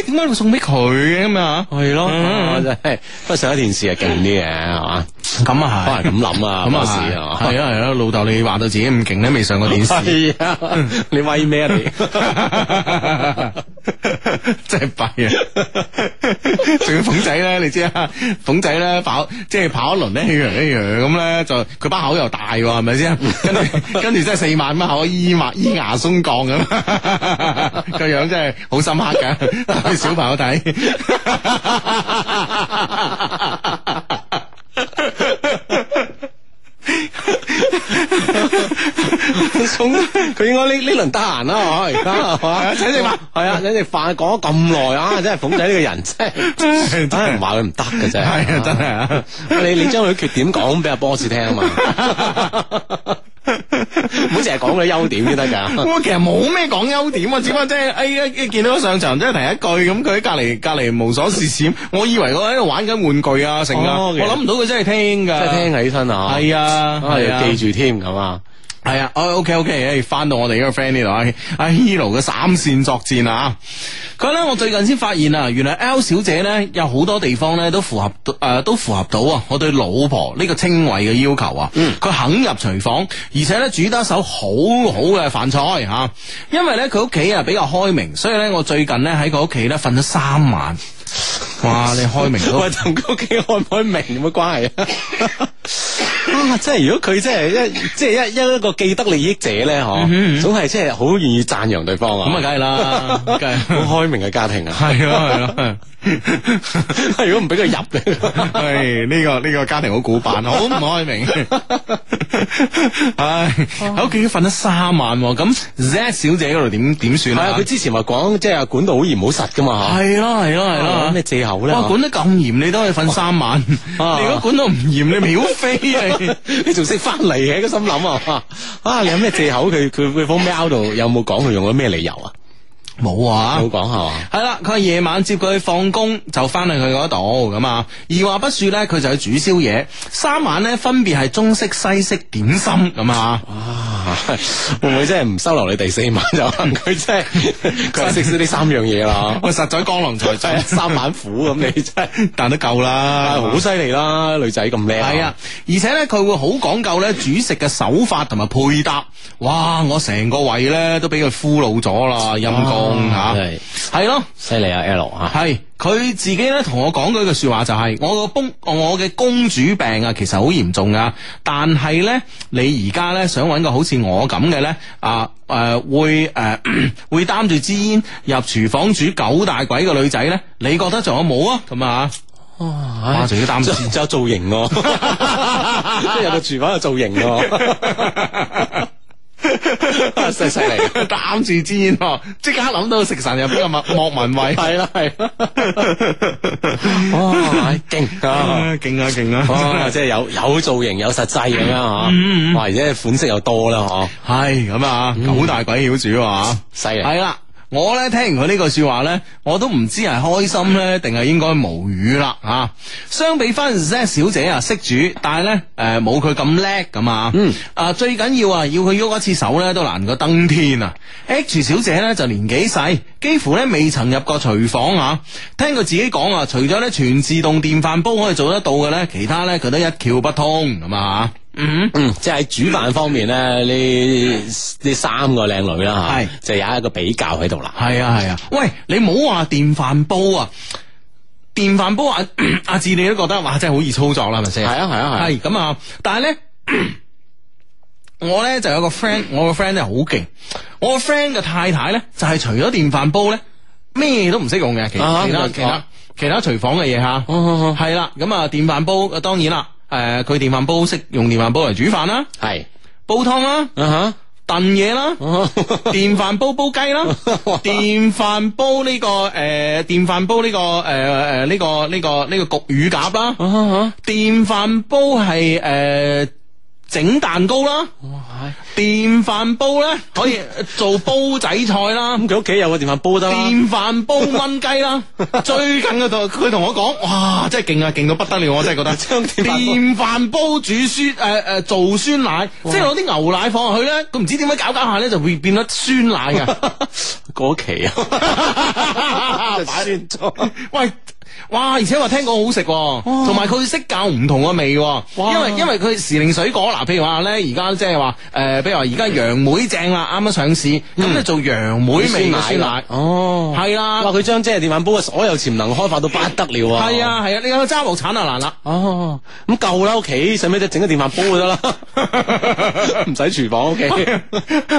點解會送俾佢嘅咁啊？哦係咯，嗯 啊真係不過上一電視係勁啲嘅，係嘛？咁啊可嗯能咁諗啊，咁啊當時係，係嘛 係啊係啊，老豆你話到自己咁勁咧，未上過電視。係啊，嗯你威咩啊啊你？ 真系弊啊！仲要凤仔咧，你知啊，凤仔咧跑即系跑一轮咧，一樣一樣咁咧，就佢把口又大喎，係咪先？跟住跟住真係四萬蚊口，依牙依牙鬆降咁， 個樣真係好深刻嘅，俾 小朋友睇。 送佢應該呢呢輪得閒啦，嗬而家係嘛？請食飯係啊，請食飯講咗咁 耐啊，真係鳳仔呢個人真係 真係真係唔話佢唔得嘅真係啊真係啊你你將佢缺點講俾阿 boss 聽 啊嘛，唔好成日講佢優點先得 㗎。啊我其實冇咩講優點啊，只不過即係哎呀，一見到佢上場即係提一句咁，佢喺隔離隔離無所事事，我以為佢喺度玩緊玩具啊成啊，哦我其實諗唔到佢真係聽㗎，真係聽起身啊，係啊，啊，係要啊，記住添咁啊。係啊，OK OK，誒，翻到我哋呢個 friend 呢度啊，阿 Hero 嘅三線作戰啊，佢咧我最近先發現啊，原來 L 小姐咧有好多地方咧都符合到誒、都符合到啊我對老婆呢個稱謂嘅要求啊，佢、肯入廚房，而且咧煮得一手好好嘅飯菜嚇、啊因為咧佢屋企啊比較開明，所以咧我最近咧喺佢屋企咧瞓咗三晚，哇！你開明都喂，同佢屋企開唔開明有乜關係啊？ 啊！即係如果佢即係一即係一一一個既得利益者咧，嗯嗬，總係即係好願意讚揚對方啊！咁啊，梗係啦，梗係。好開明嘅家庭啊！係啊，係啊， 如果唔俾佢 入咧，唉，呢、個呢、個家庭好古 板，好唔開明。唉，喺屋企瞓咗三晚喎，咁 Z 小姐嗰度點點算係啊！啊佢？之前話講即係管到好嚴好實噶嘛，嚇係咯係咯係有咯咩，借口咧？哇管得咁嚴，你都可以瞓三晚。 你如果管到唔嚴，你秒飛啊！你 你仲識翻嚟嘅？個心諗啊！啊！你有咩借口？佢佢佢封 mail 度有冇講佢用咗咩理由啊？ 冇啊冇。講係嘛？係啦，佢話夜晚接佢放工就翻去佢嗰度咁啊。二話不說咧，佢就去煮宵夜。三晚咧分別係中式、西式、點心咁 啊。啊會唔會真係唔收留你第四晚就？佢真係 佢係識識呢三樣嘢啦。我實在江郎才 真係盡，三晚苦咁，你真係但都夠啦，好犀利啦！女仔咁叻，係啊，，而且咧佢會好講究咧煮食嘅手法同埋配搭，哇！我成個胃咧都俾佢俘虜咗啦，陰公吓，啊真係係咯。犀利啊！L 啊，係佢自己咧同我講嗰句说話就係我個公我嘅公主病啊，其實好嚴重噶。但係咧，你而家咧想揾個好似我咁嘅咧啊誒、呃、會誒、 呃、會擔住支煙入廚房煮九大簋嘅女仔咧，你覺得仲有冇啊？咁啊哇哇仲要擔心就有造型 喎，即係有個廚房有造型 啊喎，犀犀利。擔住支煙喎，即刻諗到食神入邊嘅莫莫文蔚，係啦係啦， 哇，勁啊！ 啊 勁啊勁啊！ 哇，即係有有造型有實際咁樣吓，哇，而且款式又多啦嗬，系咁啊，九大鬼晓主啊，犀利系啦。我咧聽完佢呢句说話咧，我都唔知係開心咧，定係應該無語啦啊！相比翻 Z 小姐啊，識煮，但係咧誒冇佢咁叻咁啊！嗯啊，最緊要啊，要佢喐一次手咧都難過登天啊！H 小姐咧就年紀細，幾乎咧未曾入過廚房啊！聽佢自己講啊，除咗咧全自動電飯煲可以做得到嘅咧，其他咧佢都一竅不通咁啊！嗯。嗯，即係喺煮飯方面咧，呢呢三個靚女啦係吓，就有一個比較喺度啦。系啊系啊，喂，你唔好话电饭煲啊，电饭煲啊， 阿志你都觉得哇，真系好易操作啦，系咪先？係啊係啊係啊系咁啊， 但系咧。我咧就有個 friend，我個 friend 咧好勁，我個 friend 嘅太太咧就係、除咗電飯煲咧，咩都唔識用嘅，其啊其他我其他其他廚房嘅嘢嚇，哦係啦，咁啊電飯煲呃當然啦，誒、佢電飯煲識用電飯煲嚟煮飯啦，係 Uh-huh 煲湯啦，啊燉嘢啦。 吓。电饭煲煲鸡啦，电饭煲呢、個个诶、呃，电饭煲呢、個个诶诶呢个呢、個呢、個个焗乳鸽啦，Uh-huh 电饭煲係诶整蛋糕啦，电饭煲咧可以做煲仔菜啦。咁佢屋企有個電飯煲得啦。電飯煲炆雞 啦，最近佢同佢同我講，哇，真係勁啊，勁到不得了，我真係覺得。將電電飯飯煲煮酸誒誒做酸奶，即係攞啲牛奶放落去咧，佢唔知點解搞搞下咧就會變咗酸奶啊嘅。過期啊， 就 酸咗。喂，哇！而且話聽講好食喎，同埋佢識教唔同嘅味喎，因為因為佢時令水果嗱，譬如話咧，而家即係話誒，譬如話而家楊梅正啦，啱啱上市，嗯咁咧做楊梅味嘅酸奶，哦，係啦哇！。佢將即係電飯煲嘅所有潛能開發到不得了啊！系，啊系啊，你有揸鑊鏟啊難啦，哦，咁夠啦，屋企使咩啫？整個電飯煲就 得啦，唔使廚 房屋企。啊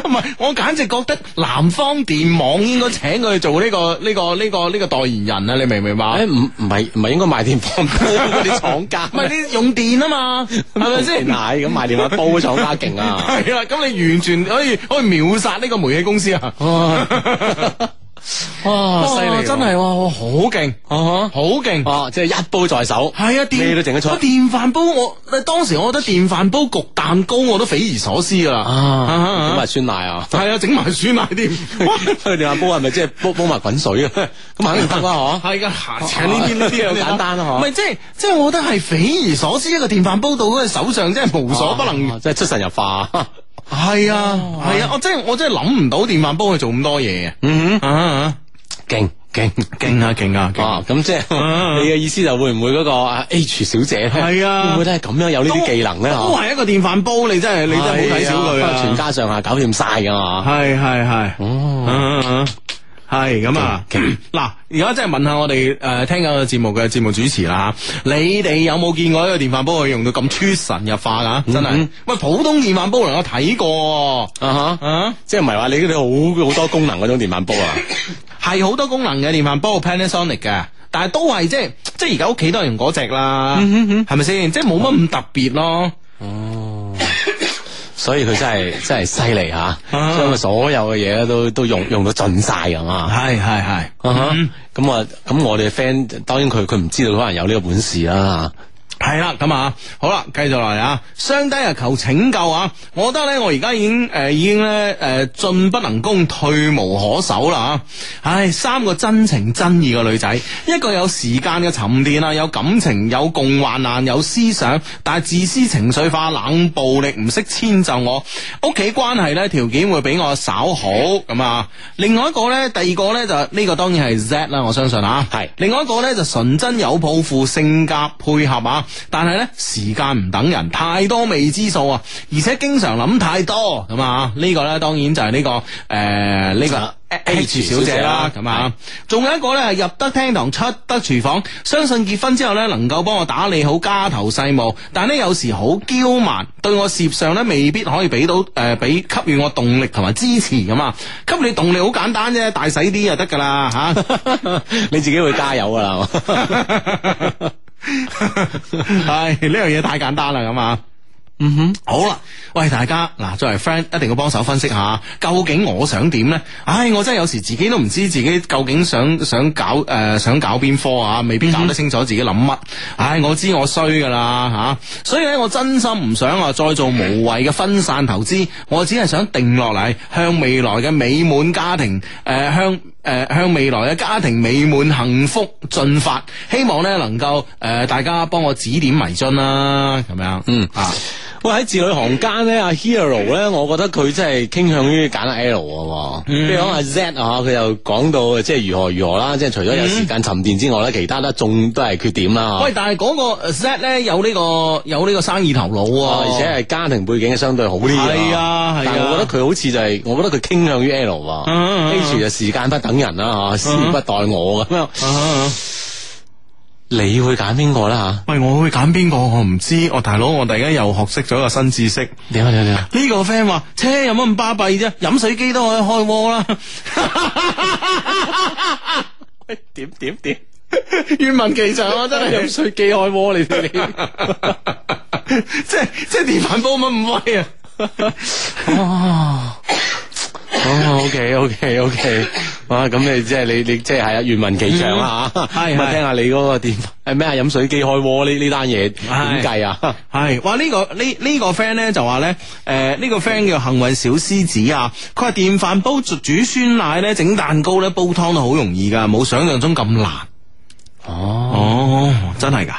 唔係我簡直覺得南方電網應該請佢做呢、個呢、個呢、個呢、個代言人啊，你明唔明白？誒唔唔係唔係應該賣電飯煲嗰啲廠 家唔，係你用電啊 嘛，係咪先？奶咁賣電飯煲廠家勁 啊！係啦，咁你完全可以可以秒殺呢個煤氣公司啊！哦 哇哇真係哇，好勁，啊好勁！哦，即係一煲在手，係啊，電咩都整得出我電飯煲我，當時我覺得電飯煲焗蛋糕我都匪夷所思噶啦，咁啊埋酸奶啊！ 係啊，整埋酸奶添，哇佢電飯煲係咪即係煲煲埋滾水啊？ 咁肯 定得啦， 嗬！哦系噶，行請呢啲呢啲好又簡單啊嗬唔係即係即係，我覺得係匪夷所思，一個電飯煲到佢手上真係無所不能。啊即係出神入化。係啊，係啊，我真係我真係諗唔到電飯煲佢做咁多嘢嘅。嗯，啊啊，勁勁勁啊勁啊勁啊！啊！咁即係啊你嘅意思就會唔會嗰個啊 H 小姐咧？係啊會唔會都係咁樣有呢啲技能咧？都嗬係一個電飯煲，你真係你真係好睇小佢係啊啊！全家上下搞掂晒噶嘛？係係係。哦嗯，系咁啊！ 嗱，而家真系问下我哋诶听紧個節目嘅節目主持啦，你哋有冇見過呢個電飯煲可以用到咁出神入化噶？真係，喂，普通電飯煲嚟我睇過喎，啊哈！啊，即係唔係話你嗰啲好好多功能嗰種電飯煲 啊？係好多功能嘅電飯煲，Panasonic 嘅。但係都係即係即係而家屋企都係用嗰只啦，係咪先？即係冇乜咁特別咯。所以佢真係真係犀利啊吓，將佢所有嘅嘢都都用用到盡晒咁啊！係係係，啊哈咁啊，咁我哋 friend 當然佢佢唔知道可能有呢個本事啦。係啦，咁啊，好啦，繼續落嚟啊，相低啊，求拯救啊！我覺得咧，我而家已經诶、呃已經咧诶，进、進不能攻，退無可守啦啊！唉，三個真情真意嘅女仔，一個有時間嘅沉澱啊，有感情，有共患難，有思想，但係自私情緒化、冷暴力，唔識遷就我。屋企關係咧條件會比我稍好咁啊。另外一個咧，第二個咧就呢、個當然係 Z 啦，我相信啊，係另外一個呢，就純真有抱負，性格配合啊，但係呢，時間唔等人，太多未知數啊，而且經常諗太多咁啊，呢、個呢，當然就係呢、個誒呢、個。H 啊小姐啦，咁啊，仲有一個呢，係入得廳堂，出得廚房，相信結婚之後呢，能夠幫我打理好家頭細務，但呢，有時好驕慢，對我事業上呢，未必可以俾到誒俾、給予我動力同埋支持咁啊，給你動力好簡單啫， 大使啲就得噶啦嚇。 你自己會加油噶啦，係嘛系呢样嘢太简单啦，咁啊。嗯哼，好啦，喂，大家嗱，作為 friend 一定要幫手分析下，究竟我想點呢？唉，我真係有時自己都唔知自己究竟想想搞诶、呃想搞邊科啊，未必搞得清楚自己諗乜。唉，我知我衰噶啦吓，所以呢，我真心唔想啊再做無謂嘅分散投資，我只係想定落嚟，向未來嘅美滿家庭诶、呃向。诶、向未來嘅家庭美滿幸福進發，希望呢能夠诶、呃大家幫我指點迷津啦，咁樣嗯啊。喂，喺字裏行間咧，阿 Hero 咧，我覺得佢真係傾向於揀阿 L 嘅喎，譬如講阿 Z 啊，佢又講到即係如何如何啦，即係除咗有時間沉澱之外咧，其他都仲都係缺點啦。喂，但係嗰個 set 咧有呢、個有呢個生意頭腦喎、啊而且係家庭背景相對好啲㗎。係啊係啊但係我覺得佢好似就係，我覺得佢傾向於 L 喎嗯嗯嗯，H 就時間不等人啦嚇，時不待我咁樣。你會揀邊個啦喂，我會揀邊個我唔知，我大佬我突然間又學識咗一個新知識。嚇？點啊點啊點啊！呢個 friend 話：，車有乜咁巴閉啫？飲水機都可以開鍋啦。 點點點？願聞其詳啊，真係飲水機 開鍋你哋你。即係即係電飯煲乜咁威啊！哦，OK，OK，OK，哇，咁你即係你你即係係啊，願聞其詳啦吓，嗯係咁啊係聽下你嗰個點係咩啊？飲水機開鍋呢呢單嘢係點計啊？系，哇！呢、個呢呢、個 friend 咧就話咧，诶、呢、個 friend 叫幸運小獅子啊，佢話電飯煲煮煮酸奶咧，整蛋糕咧，煲湯都好容易噶，冇想象中咁難。哦，哦，真係㗎，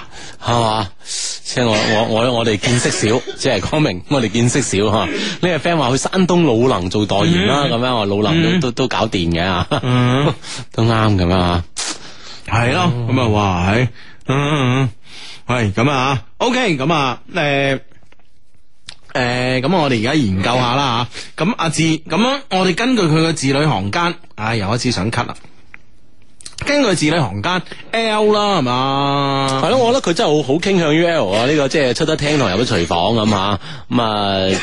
係嘛？即係我我我我哋見識少，即係講明我哋見識少吓。呢個 friend 話去山東魯能做代言啦，咁樣我魯能都都都搞掂嘅吓，嗯， 都啱咁樣啊。係咯，咁啊，哇，係，嗯，係咁啊，OK，咁啊，诶、诶，咁、我哋而家研究下啦吓，咁阿志，咁樣我哋根據佢嘅字裏行間，啊，又開始想咳啦。根據字裏行間 L 啦，係嘛？係咯，我覺得佢真係好好傾向於 L 啊！呢個即係出得廳堂入得廚房咁嚇，咁啊，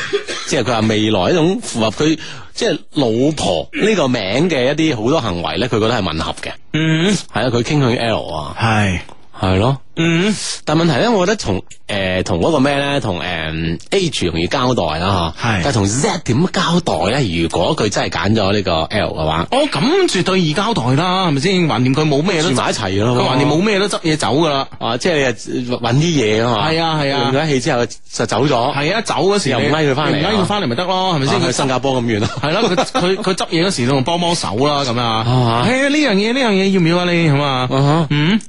即係佢話未來一種符合佢即係老婆呢個名嘅一啲好多行為咧，佢覺得係吻合嘅。嗯，係啊，佢傾向於 L 啊，系，係咯。嗯，但問題咧，我覺得同誒同嗰個咩咧，同誒、嗯 H 容易交代啦嚇，係但係同 Z 點交代咧？如果佢真係揀咗呢個 L 嘅話，哦，咁絕對易交代啦，係咪先？橫掂佢冇咩都住，埋一齊咯。佢橫掂冇咩都執嘢走噶啦。啊，即係你啊揾啲嘢啊嘛。係啊係啊用咗氣之後就走咗。係啊，走嗰時又唔你拉佢返嚟你唔拉佢翻嚟咪得咯，係咪咪先？先？去佢啊新加坡咁遠啊？係啦，佢佢佢執嘢嗰時都仲幫幫手啦，咁啊啊。誒呢樣嘢呢樣嘢要唔要啊？你咁啊？啊嗯，哈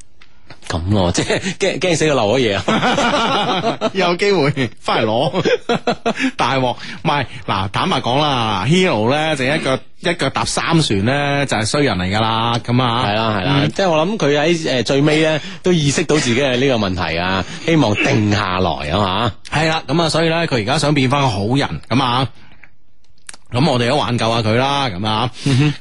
咁咯，即係驚驚死佢漏咗嘢啊！ 有機會翻嚟攞 大鑊，唔係嗱，坦白講啦，Hero 咧就一腳一腳踏三船咧，就係衰人嚟噶啦，咁啊，係啦係啦，即係我諗佢喺诶最尾咧都意識到自己嘅呢個問題啊，希望定下來啊嘛。系啦，咁啊，所以咧，佢而家想變翻個好人咁啊。咁我哋都挽救下佢啦，咁啊，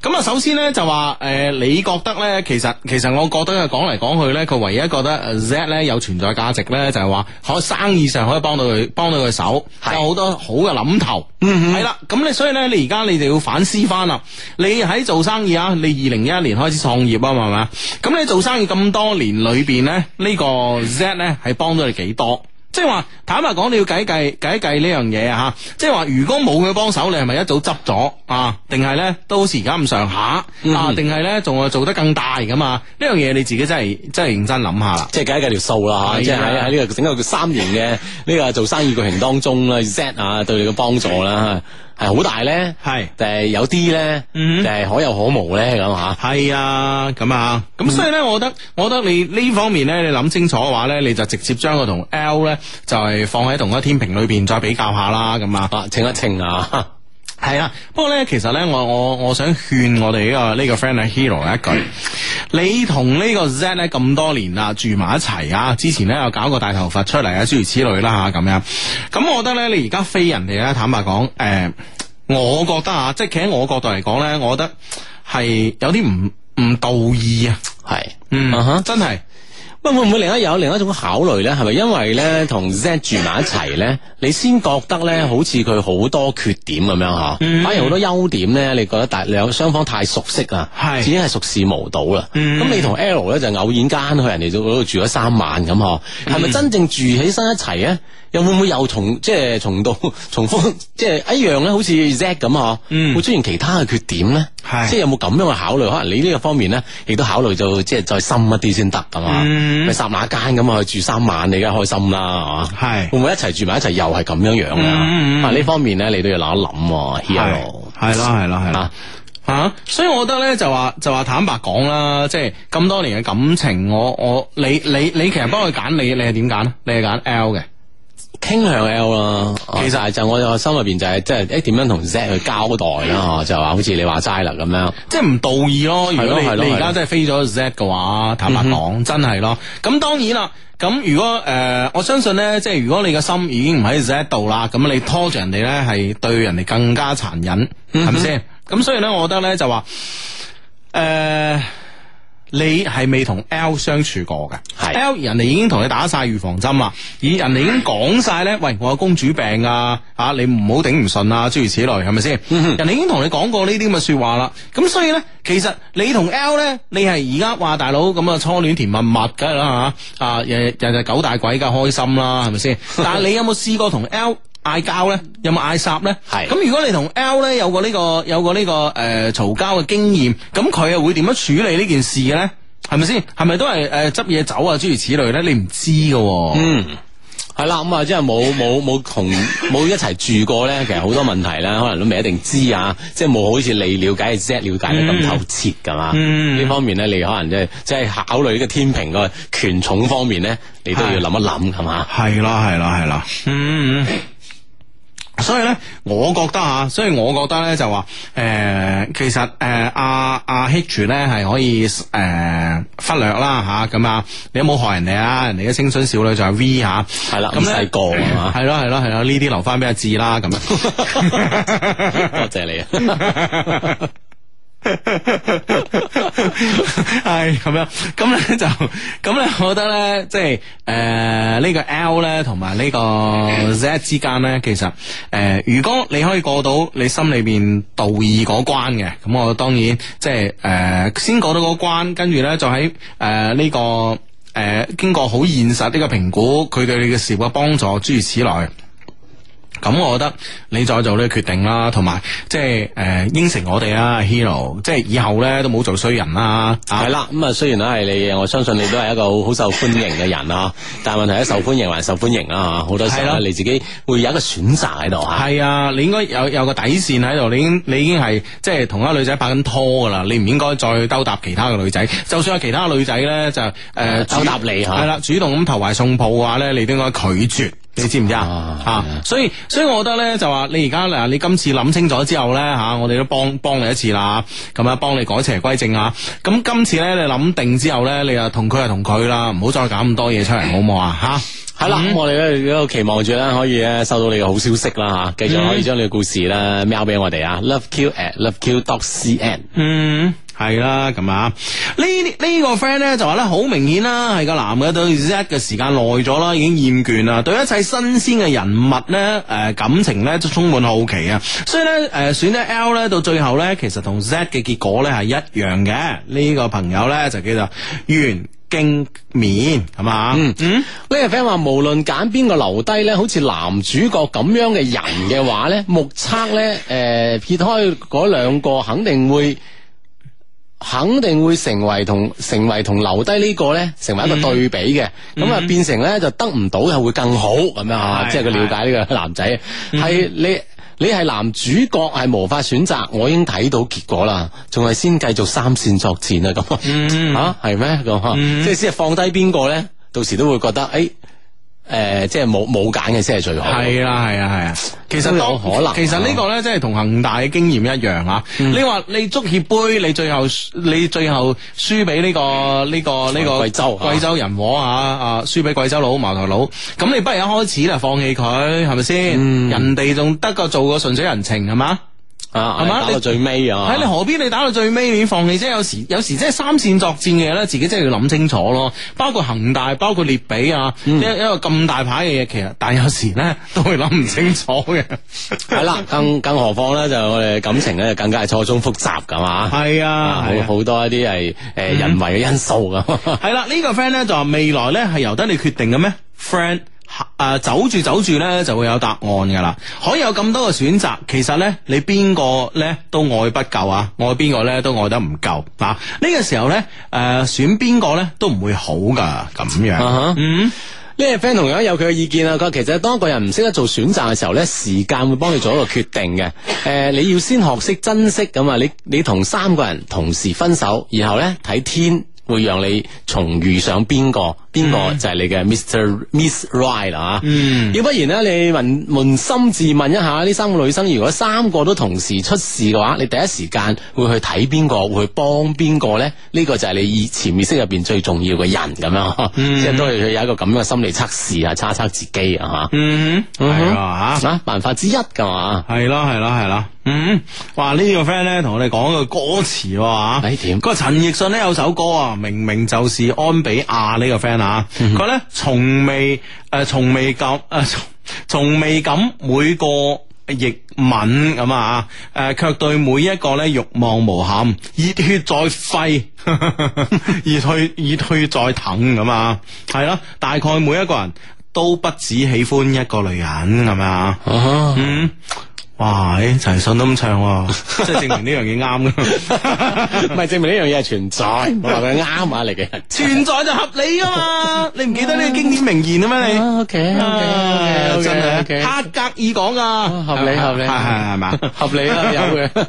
咁啊，首先咧就話诶、呃你覺得咧，其實其實我覺得講嚟講去咧，佢唯一覺得呃 Z 咧有存在價值咧，就係話可生意上可以幫到佢，幫到佢手，係有好多好嘅諗頭，係啦、咁你所以咧，你而家你就要反思翻啦，你喺做生意啊，你二零一一年開始創業啊嘛，係咪啊？咁你做生意咁多年裏邊咧，呢、個 Z 咧係幫到你幾多？即係話坦白講，你要計計計一計呢樣嘢啊吓，即係話如果冇佢幫手，你係咪一早執咗啊？定係咧都好似而家咁上下啊？定係咧仲係做得更大咁啊？呢樣嘢你自己真係真係認真諗下啦。即係計一計條數啦係啊嚇，即係喺喺呢個整個三年嘅呢個做生意過程當中啦，Z 啊對你嘅幫助啦，啊係好大咧，係定係有啲咧，嗯定係可有可無咧咁嚇。係啊，咁啊，咁所以咧，我覺得，我覺得你呢方面咧，你諗清楚嘅話咧，你就直接將佢同 L 咧，就係放喺同一天平裏邊再比較下啦，咁啊。啊，稱一稱嗯啊，系啦，不過咧，其實咧，我我我想勸我哋呢、個呢、個 friend 啊 Hero 一句，你同呢個 Z 咧咁多年啦，住埋一齊啊，之前咧又搞過大頭髮出嚟啊，諸如此類啦吓咁樣。咁我覺得咧，你而家飛人哋咧，坦白講，诶、我覺得啊，即係企喺我角度嚟講咧，我覺得係有啲唔唔道義啊，係，嗯，啊哈真係。不過會唔會另一有另一種考慮咧？係咪因為咧同 Z 住埋一齊咧，你先覺得咧嗯好似佢好多缺點咁樣吓，反而好多優點咧，你覺得大兩雙方太熟悉啦，係自己係熟視無睹啦。咁、嗯你同 L 咧就偶然間去人哋嗰度住咗三晚咁嗬，嗯係咪真正住起身一齊咧？又會唔會又重 即係重到重複 即係一樣咧？好似 Z 咁嗬，嗯會出現其他嘅缺點咧？係即係有冇咁樣嘅考慮？可能你呢個方面咧，亦都考慮到即係再深一啲先得咁啊。嗯咪霎那間咁啊，去住三晚，你梗係開心啦，係嘛？係會唔會一齊住埋一齊又係咁樣樣咧？嗯嗯嗯啊，呢方面咧，你都要諗一啊諗喎係，hero 係啦係啦係啦啊。吓、所以我覺得咧就話就話坦白講啦，即係咁多年嘅感情，我我你你你其實幫佢揀，你你係點揀咧？啊你係揀 L 嘅，傾向 L 啦。啊其實就我心入邊就係即係誒點樣同 Z 去交代啦，啊嚇就話好似你話齋啦咁樣。即係唔道義咯。如果係咯係你咯你而係家咯嗯真係飛咗 Z 嘅話，坦白講、真係咯。咁當然啦。咁如果誒、呃我相信咧，即係如果你嘅心已經唔喺 Z 度啦，咁你拖住人哋咧，係對人哋更加殘忍，嗯係咪先？咁所以咧，我覺得咧就呃話，誒、你係未同 L 相處過嘅係，L 人哋已經同你打晒預防針啦，而人哋已經講晒咧，喂，我有公主病啊，啊，你唔好頂唔順啊，諸如此類，係咪先？人哋已經同你講過呢啲咁嘅說話啦，咁所以咧，其實你同 L 咧，你係而家話大佬咁啊，初戀甜蜜蜜梗係啦吓，啊，日日日日九大鬼梗係開心啦，係咪先？但係你有冇試過同 L？嗌交咧，有冇嗌霎咧？係咁，如果你同 L 咧有過呢、個有過呢、個誒嘈交嘅經驗，咁佢又會點樣處理呢件事嘅咧？係咪先？係咪都係誒執嘢走啊？諸如此類咧？你唔知嘅喎、嗯，係啦，咁啊，即係冇冇冇同冇一齊住過咧，其實好多問題啦，可能都未一定知啊，即係冇好似你了解嘅 Z 了解得咁透徹噶嘛。嗯呢方面咧，你可能即係即係考慮呢個天平個權重方面咧，你都要諗一諗，係嘛？係啦，係啦，係啦。嗯。所以咧，我覺得啊，所以我覺得咧就話，誒、其實誒阿阿 Hitch 咧係可以誒、忽略啦吓，咁啊，你都冇害人哋啊，人哋嘅青春少女就係 V 吓、係啦，咁咁呢細個係嘛？係咯係咯係咯，呢啲留翻俾阿志啦咁樣。 多謝你啊！係咁樣，咁咧就 咁咧，我覺得咧，即係誒呢個 L 咧，同埋呢個 Z 之間咧，其實誒、呃如果你可以過到你心裏邊道義嗰關嘅，咁我當然即係誒、呃先過到嗰關，跟住咧就喺誒呢個。誒、經過好現實呢個評估，佢對你嘅事業嘅幫助，諸如此類。咁我覺得你再做呢個決定啦，同埋即係誒、呃應承我哋啦，Hero，即係以後咧都冇做衰人啦。啊係啦，咁啊，雖然啦係你，我相信你都係一個好好受歡迎嘅人啊，但係問題咧，受歡迎還受歡迎啊，好多時係候咯咧你自己會有一個選擇喺度吓。係啊，你應該有有個底線喺度，你已經你已經係即係同一個女仔拍緊拖噶啦，你唔應該再兜搭其他嘅女仔。就算有其他嘅女仔咧，就誒、呃、啊兜搭你嚇係啦，主動咁投懷送抱嘅話咧，你都應該拒絕。你知唔知啊啊？啊，所以所以我覺得咧，就話你而家嗱，你今次諗清楚之後咧吓、我哋都幫幫你一次啦，咁啊幫你改邪歸正啊。咁今次咧，你諗定之後咧，你就同佢就同佢啦，唔好再搞咁多嘢出嚟，好唔好啊？吓、係啦，咁我哋咧都期望住咧可以咧收到你嘅好消息啦吓，繼續可以將你嘅故事咧喵俾我哋啊，loveq at loveq dot cn。嗯，係啦，咁啊，呢呢個 friend 咧就話咧，好明顯啦，係個男嘅對 Z 嘅時間耐咗啦，已經厭倦啦，對一切新鮮嘅人物咧，誒、感情咧都充滿好奇啊，所以咧，誒、選咗 L 咧，到最後咧，其實同 Z 嘅結果咧係一樣嘅。呢、個朋友咧就叫做袁經面，係嘛？嗯嗯，呢個 friend 話，無論揀邊個留低咧，好似男主角咁樣嘅人嘅話咧，目測咧，誒、撇開嗰兩個，肯定會。肯定會成為同成為同留低呢個咧，成為一嗯個對比嘅，咁啊變成咧就得唔到係會更好咁樣啊，係嗯即係佢了解呢個男仔係你。你係男主角係無法選擇，我已經睇到結果啦，仲係先繼續三線作戰啊咁啊嗯啊，係咩咁啊？即係先係放低邊個咧，到時都會覺得誒誒、呃即係冇冇揀嘅先係最好。係啦，係啊，係啊。其實都有當可能其實呢個啊咧，真係同恒大嘅經驗一樣啊。你話你足協杯，你最後你最後輸俾呢個呢個呢個貴州啊貴州人和啊啊，輸俾貴州佬茅台佬。咁你不如嗯一開始就放棄佢，係咪先？人哋仲得個做個順水人情係嘛？啊，係嘛打到你最尾啊，喺你何必你打到最尾你放棄啫？有時有時即係三線作戰嘅嘢咧，自己真係要諗清楚咯。包括恒大，包括列比啊，一、一個咁大牌嘅嘢，其實但係有時咧都會諗唔清楚嘅。系啦，更更何況咧，就我哋感情咧就更加係錯綜複雜噶嘛，係嗯啊，係好啊好多一啲係诶人為嘅因素噶。係啦，呢、個 friend 咧就話未來咧係由得你決定嘅咩？friend。啊，走住走住咧就會有答案噶啦，可以有咁多嘅選擇。其實咧，你邊個咧都愛不夠啊，愛邊個咧都愛得唔夠嗱。呢、個時候咧，誒、選邊個咧都唔會好噶，咁樣。啊哈嗯，呢個 friend 同樣有佢嘅意見啊，佢話其實當一個人唔識得做選擇嘅時候咧，時間會幫你做一個決定嘅。誒、你要先學識珍惜咁啊！你你同三個人同時分手，然後咧睇天會讓你重遇上邊個，邊個就係你嘅 Mr. Miss Right 啦嚇。嗯，要不然咧，你問捫心自問一下，呢三個女生如果三個都同時出事嘅話，你第一時間會去睇邊個，會去幫邊個咧？呢、個就係你意潛意識入邊最重要嘅人咁樣呵，即係都係佢有一個咁樣嘅心理測試啊，測測自己啊嚇。嗯哼，嗯係哼啊嚇。啊，辦法之一㗎嘛，系咯系咯系咯，嗯，哇！呢、個 friend 咧同我哋講個歌詞喎吓，哎點嗰個陳奕迅咧有首歌啊，明明就是安比亞呢個 friend 啊，嗯佢咧從未誒、呃、從未敢誒、呃、從 從未敢每個譯文咁啊，誒、卻對每一個咧慾望無限，熱血在沸， 熱血熱血在騰咁啊，係咯，大概每一個人都不只喜歡一個女人咁啊。啊，嗯，哇！誒陳奕迅都咁唱 喎，即係證明呢樣嘢啱嘅。唔係證明呢樣嘢係存在，我話佢啱啊你嘅。存在就合理噶嘛，你唔記得呢個經典名言啊咩你？ o k OK 啊 OK 真係 OK，哦黑格爾講噶，合理合理係係係嘛？合理啦，有嘅。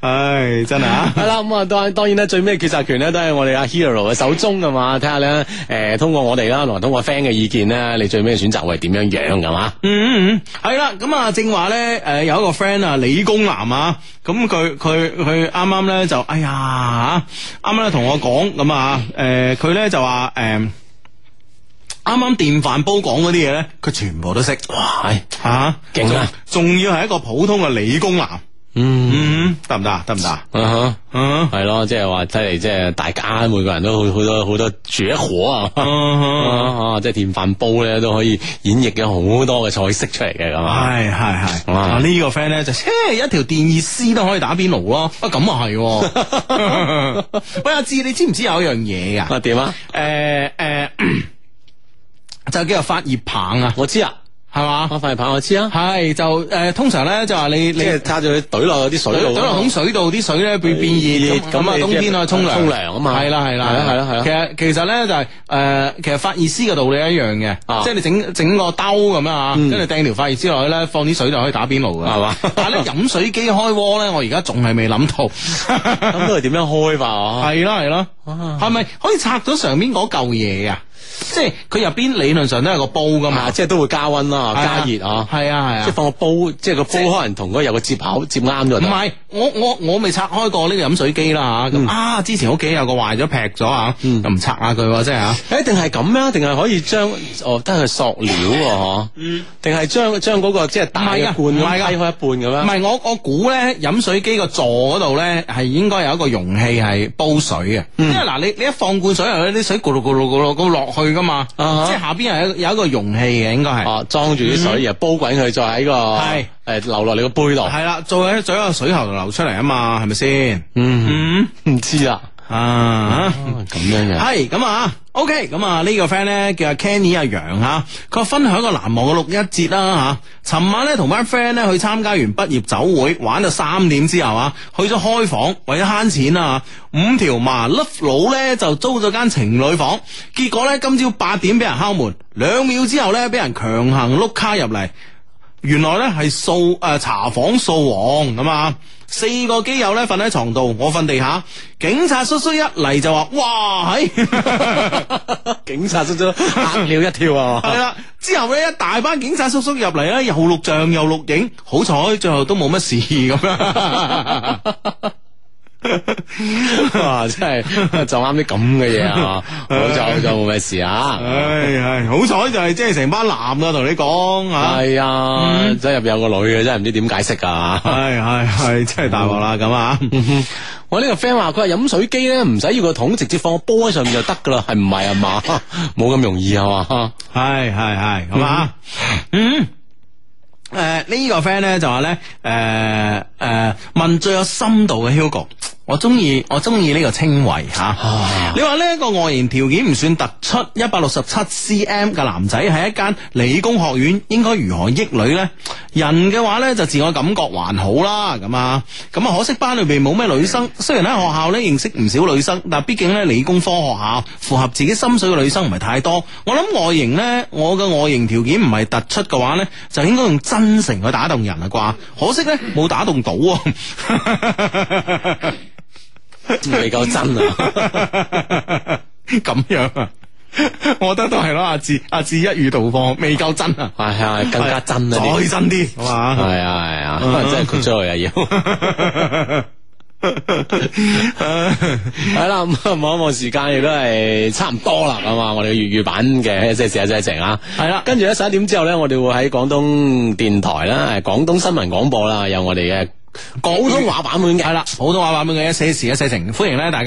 唉，真係啊系！啦，咁啊，當當然啦，最尾嘅決策權咧都係我哋阿 Hero 嘅手中噶嘛，睇下咧，诶、通過我哋啦，同埋通過 friend 嘅意見咧，你最尾嘅選擇會係點樣樣噶嘛？嗯嗯，嗯，係啦，咁啊，正話咧，誒有一個 friend 啊，理工男啊，咁佢佢佢啱啱咧就，哎呀，啱啱咧同我講咁啊，誒佢咧就話誒。啱啱電飯煲講嗰啲嘢咧，佢全部都識，哇，係吓勁啊！仲仲要係一個普通嘅理工男，嗯，嗯，得唔得啊？得唔得啊？啊哈，嗯係咯，即係話睇嚟，即係大家每個人都好好多好多絕火啊！嗯啊，即係電飯煲咧都可以演繹咗好多嘅菜式出嚟嘅咁啊！系系系，哇啊呢個 friend 咧就，切一條電熱絲都可以打邊爐 咯，啊咁啊係喎，喂阿志，你知唔知有一樣嘢 啊？啊點啊？诶诶，就叫做發熱棒啊，我知啊，係嘛？我塊棒我知啊，係就诶，通常咧就話你即你係揸住佢懟落啲水懟哦度，啊哎落桶水度啲水咧會變熱，熱咁咁啊你冬天啊即係沖涼沖涼啊嘛係啦係啦係啊係啦係啦其實其實咧就係誒，其實發熱絲嘅道理一樣嘅，啊嗯即係你整整個兜咁樣啊，跟住掟條發熱絲落去咧，放啲水就可以打邊爐嘅，係嘛 但係咧飲水機開鍋咧，我而家仲係未諗到， 咁都係點樣開法啊？係啦係啦，係咪可以拆咗上面嗰嚿嘢啊？即係佢入邊理論上都有個煲噶嘛啊，，即係都會加温係啦，加熱啊，係啊係啊即係。放個煲，即係個煲可能同嗰個有個接口接啱咗就唔得。嗯係，我我我未拆開過呢個飲水機啦吓，咁啊之前屋企有個壞咗劈咗啊，又唔拆下佢喎，真係啊，誒，定係咁咩？定係可以將哦，得係塑料喎，嗬？嗯，定係將將嗰個即係大唔係㗎嘅罐唔咁係㗎批開一半咁唔樣。係我我估咧飲水機個座嗰度咧係應該有一個容器係煲水嘅，嗯因為嗱你你一放罐水入去，啲水咕嚕咕嚕咕嚕咁落去噶嘛，即啊哈係下邊係有一有一個容器嘅應該係。哦，裝住啲水，然後煲滾佢，再喺個係誒流落你個杯度。係啦，再喺再喺個水喉度流出嚟啊嘛，係咪先？嗯，唔知啦。啊。啊咁樣 嘅。系咁啊，OK，咁啊呢個 friend 咧叫阿 Kenny 阿楊吓，佢話分享一個難忘嘅六一節啦吓。尋晚咧同班 friend 咧去參加完畢業酒會，玩到三點之後啊，去咗開房，為咗慳錢啊，五條麻甩佬咧就租咗間情侶房，結果咧今朝八點俾人敲門，兩秒之後咧俾人強行碌卡入嚟。原來咧係掃誒查房掃黃咁啊！四個基友咧瞓喺床度，我瞓地下。警察叔叔一嚟就話：哇，係警察叔叔嚇了一跳係 啊！啦！之後咧一大班警察叔叔入嚟咧，又錄像又 錄影，好彩最後都冇乜事咁樣。哇！真系就啱啲咁嘅嘢 啊！好在好在冇咩事啊！唉，系好彩就系即系成班男啊，同嗯你讲吓，系啊，真係入邊有個女嘅，真係唔知點解 釋啊！系系系，真系大镬啦咁啊！我呢個 friend 話佢話飲水機咧唔使要個桶，直接放個波喺上面就得噶啦，係唔 係啊嘛？冇咁容易係嘛？系系系，咁啊，嗯。诶、嗯呢、個个 friend 咧就話咧，诶、誒問最有深度嘅 Hugo，我中意我中意呢個稱謂吓。你話呢個外形條件唔算突出，一百六十七 cm 嘅男仔喺一間理工學院，應該如何益女呢？人嘅話咧就自我感覺還好啦，咁啊，咁啊可惜班裏边冇咩女生，雖然喺學校咧認識唔少女生，但畢竟咧理工科學校符合自己心水嘅女生唔係太多。我諗外形呢，我嘅外形條件唔係突出嘅話呢，就應該用真誠去打動人啊啩。可惜呢，冇打動到啊。未夠真啊！咁樣啊，我覺得都係咯，阿志阿志一語道破，未夠真啊，係啊，更加真啊！ 再嗯真啲，係嘛？ 係啊 係啊，真係豁出去啊要！係啦，咁啊望一望時間亦都係差唔多啦，咁啊，我哋嘅粵語版嘅一些事一些情啊，係啦跟住咧十一點之後咧，我哋會喺廣東電台啦，誒廣東新聞廣播啦，有我哋嘅。廣普通話版本嘅係啦，普通話版本嘅一些事一些情，歡迎咧大家。